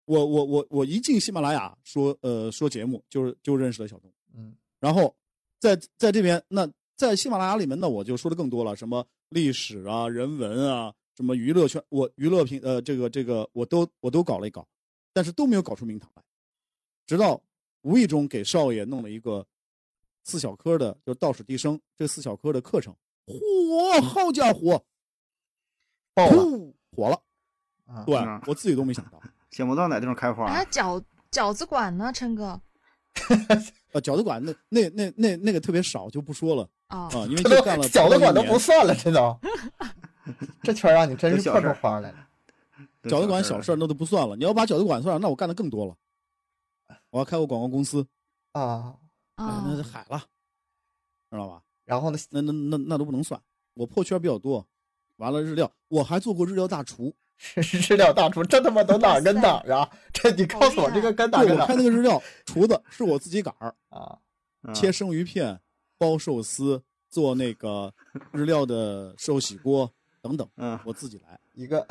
我我我我一进喜马拉雅说呃说节目，就是就认识了小东。嗯然后在在这边，那在喜马拉雅里面呢，我就说的更多了，什么历史啊、人文啊、什么娱乐圈，我娱乐平呃这个这个我都我都搞了一搞，但是都没有搞出名堂来。直到无意中给少爷弄了一个四小科的，就是道士低声这四小科的课程，嚯，好家伙，爆了噗火了！啊，对嗯我自己都没想到。想不到哪地方开花啊，饺饺子馆呢，琛哥呃，饺子馆那那那那那个特别少，就不说了哦，啊， 因为这就都干了小的不到馆一都年不算了，这 都。这圈儿让你真是小破事出儿花来了。饺子馆小小事儿那都不算了，你要把饺子馆算上，那我干的更多了。我要开过广告公司，啊，哎啊那就海了，知道吧？然后呢？那那那那都不能算，我破圈比较多。完了日料，我还做过日料大厨，是 是日料大厨，这他妈都哪儿跟哪儿啊？这你告诉好我厉害这个跟哪儿对跟我 哪开那儿个日料厨子是我自己杆儿，啊？嗯切生鱼片、包寿司、做那个日料的寿喜锅等等，嗯我自己来。一个，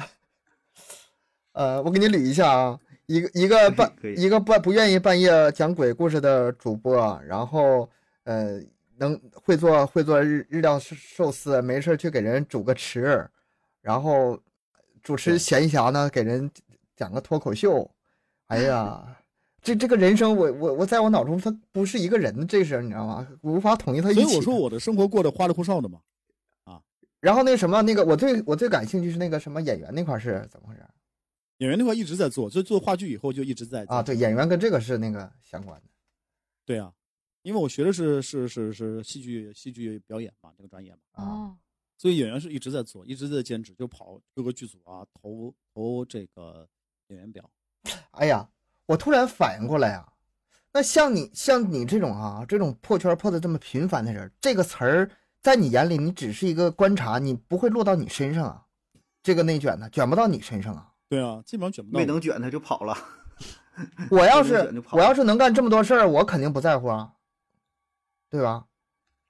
呃，我给你捋一下啊，一个一个半可以一个半不愿意半夜讲鬼故事的主播，啊然后呃，能会做会做日日料寿寿司，没事儿去给人主个持，然后主持闲暇呢给人讲个脱口秀，哎呀。这这个人生我，我我在我脑中，他不是一个人的这事儿，你知道吗？无法统一他一所起。以我说我的生活过得花里胡哨的嘛。然后那什么，那个我最我最感兴趣是那个什么演员那块儿是怎么回事演员那块一直在做，所以做话剧以后就一直在啊？对，演员跟这个是那个相关的。对啊，因为我学的是是是是戏剧戏剧表演嘛，这个专业嘛，啊，哦所以演员是一直在做，一直在兼职，就跑各个剧组啊，投投这个演员表。哎呀，我突然反应过来啊，那像你像你这种啊，这种破圈破的这么频繁的人，这个词儿在你眼里，你只是一个观察，你不会落到你身上啊，这个内卷呢，卷不到你身上啊。对啊，基本上卷不到没我。能卷他就跑了，我要内卷是就跑我了要是能干这么多事儿，我肯定不在乎啊，对吧？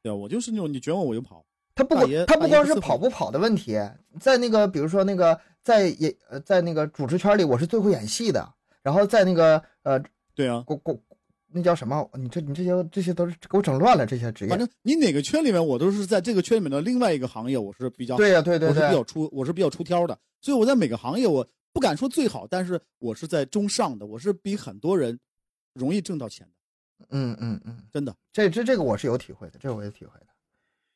对啊，我就是那种你卷我我就跑。他不大光爷他不大爷光不是伺候跑不跑的问题，在那个比如说那个在演呃在那个主持圈里，我是最会演戏的，然后在那个呃对啊，国国那叫什么？你这你这些这些都是给我整乱了，这些职业反。正你哪个圈里面，我都是在这个圈里面的另外一个行业，我是比较对呀、对对我是比较对，出我是比较出挑的，所以我在每个行业我不敢说最好，但是我是在中上的，我是比很多人容易挣到钱的，嗯嗯嗯，真的。这这这个我是有体会的，这我有体会的。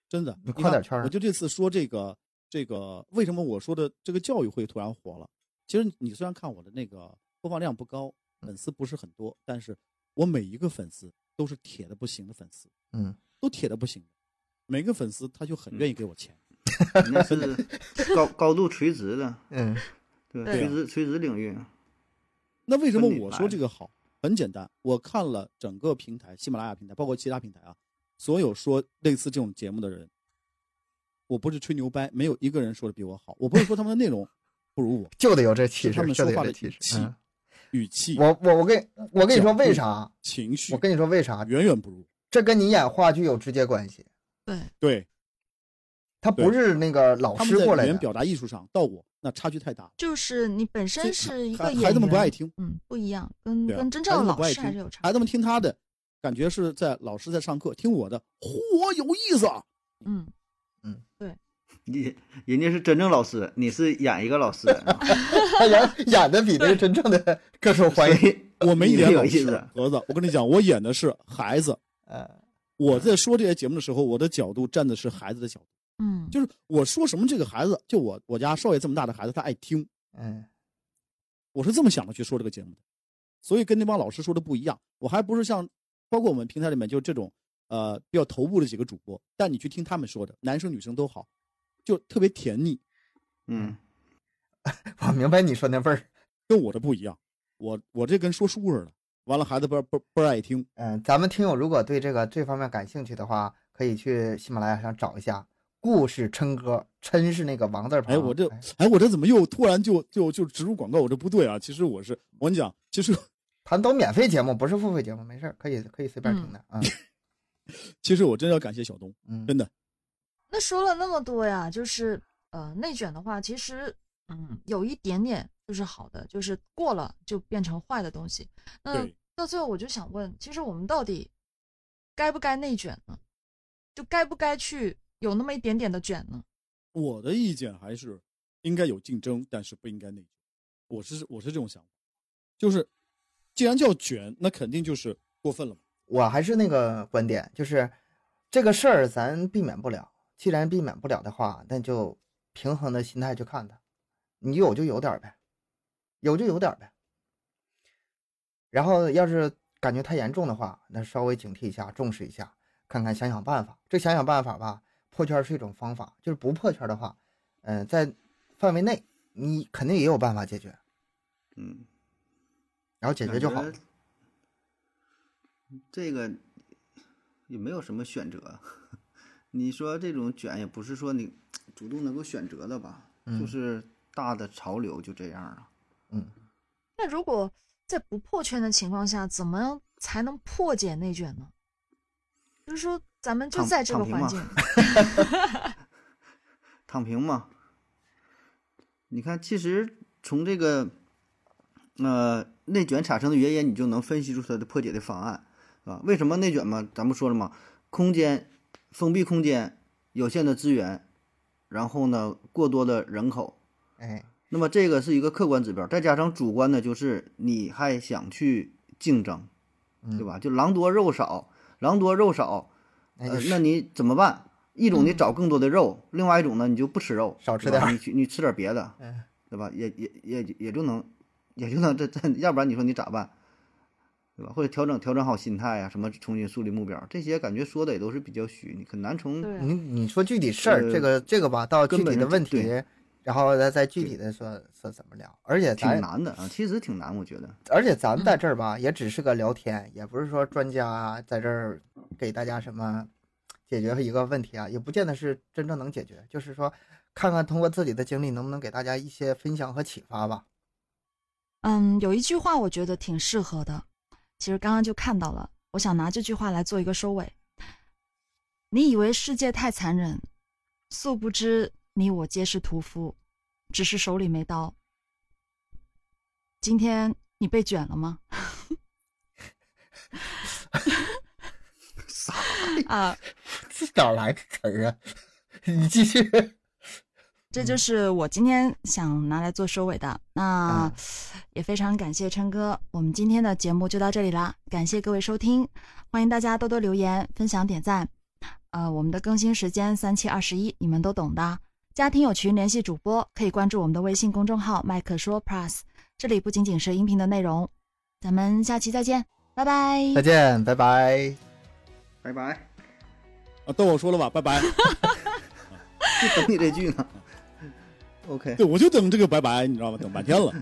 真的，你你快看点圈儿我就这次说这个这个，为什么我说的这个教育会突然火了？其实你虽然看我的那个播放量不高，嗯粉丝不是很多，但是我每一个粉丝都是铁的不行的粉丝，嗯，都铁的不行的，每个粉丝他就很愿意给我钱。 人家是高高度垂直的，嗯对吧，对垂直垂直领域，那为什么分领我说这个好？很简单，我看了整个平台，喜马拉雅平台，包括其他平台啊，所有说类似这种节目的人，我不是吹牛掰，没有一个人说的比我好。我不是说他们的内容不如我， 就得有这是气他质，们就说得有话这的气语质。气嗯、语气、我我我跟我跟你说讲为故啥？情绪我，跟你说为啥？远远不如。这跟你演话剧有直接关系。对，他不是那个老他师们在过语来言的，表达艺术上到我那差距太大了。就是你本身这是一孩个演员，孩子们不爱听，嗯，不一样，跟、对啊跟真孩正子的们不老爱师还听是有差孩。子们听他的，感觉是在老师在上课，听我的，嚯有意思啊，嗯，你人家是真正老师，你是演一个老师，啊他演 演的比那个真正的 更受 欢迎。所以我没你 演有老意师思。儿子，我跟你讲，我演的是孩子。呃，我在说这些节目的时候，我的角度站的是孩子的角度，嗯，就是我说什么这个孩子，就我我家少爷这么大的孩子，他爱听，嗯，我是这么想的去说这个节目的，所以跟那帮老师说的不一样。我还不是像，包括我们平台里面就这种呃比较头部的几个主播，但你去听他们说的，男生女生都好，就特别甜腻，嗯， 我明白你说那味儿。跟我的不一样。我我这跟说书似的，完了孩子不不不爱听，嗯，咱们听友如果对这个这方面感兴趣的话，可以去喜马拉雅上找一下“故事琛哥”，琛是那个王字旁。哎我这哎我这怎么又突然就就就植入广告，我这不对啊！其实我是我跟你讲，其实他们都免费节目，不是付费节目，没事儿，可以可以随便听的嗯啊。其实我真要感谢小东，嗯，真的。那说了那么多呀，就是呃内卷的话，其实嗯有一点点就是好的，就是过了就变成坏的东西。那对到最后我就想问，其实我们到底该不该内卷呢？就该不该去有那么一点点的卷呢？我的意见还是应该有竞争，但是不应该内卷。我是我是这种想法，就是既然叫卷，那肯定就是过分了嘛。我还是那个观点，就是这个事儿咱避免不了，既然避免不了的话，那就平衡的心态去看它，你有就有点儿呗，有就有点儿呗。然后要是感觉太严重的话，那稍微警惕一下，重视一下，看看想想办法。这想想办法吧，破圈儿是一种方法，就是不破圈儿的话，嗯、在范围内你肯定也有办法解决，嗯，然后解决就好了感。觉这个也没有什么选择。你说这种卷也不是说你主动能够选择的吧？嗯就是大的潮流就这样了。嗯，那如果在不破圈的情况下，怎么样才能破解内卷呢？就是说，咱们就躺在这个躺平环嘛境， 躺平嘛。你看，其实从这个呃内卷产生的原因，你就能分析出它的破解的方案，是吧？为什么内卷嘛？咱们说了嘛，空间封闭空间，有限的资源，然后呢，过多的人口，哎，那么这个是一个客观指标，再加上主观的，就是你还想去竞争，嗯对吧？就狼多肉少，狼多肉少，那呃就，那是嗯你怎么办？一种你找更多的肉，另外一种呢你就不吃肉，少吃对吧点儿你去你吃点别的，嗯对吧？也也也也就能，也就能这这，要不然你说你咋办？对吧？或者调整调整好心态啊，什么重新树立目标，这些感觉说的也都是比较虚，你很难从对啊你你说具体事儿，这呃个这个吧，到具根本体的上问题对，然后再再具对体的说说怎么聊。而且挺咱难的啊，其实挺难，我觉得。而且咱们在这儿吧，也只是个聊天，也不是说专家啊在这儿给大家什么解决一个问题啊，也不见得是真正能解决。就是说，看看通过自己的经历，能不能给大家一些分享和启发吧。嗯，有一句话我觉得挺适合的，其实刚刚就看到了，我想拿这句话来做一个收尾。你以为世界太残忍，素不知你我皆是屠夫，只是手里没刀。今天你被卷了 吗？ 傻啊，这哪来的词儿啊？ 你继续。这就是我今天想拿来做收尾的。那嗯也非常感谢琛哥，我们今天的节目就到这里啦，感谢各位收听，欢迎大家多多留言、分享、点赞。呃，我们的更新时间三七二十一，你们都懂的。家庭有群联系主播，可以关注我们的微信公众号“麦克说 Plus”，这里不仅仅是音频的内容。咱们下期再见，拜拜。再见，拜拜。拜拜，啊，到我说了吧，拜 拜。就等你这句呢。OK， 对，我就等这个拜拜，你知道吗？等半天了。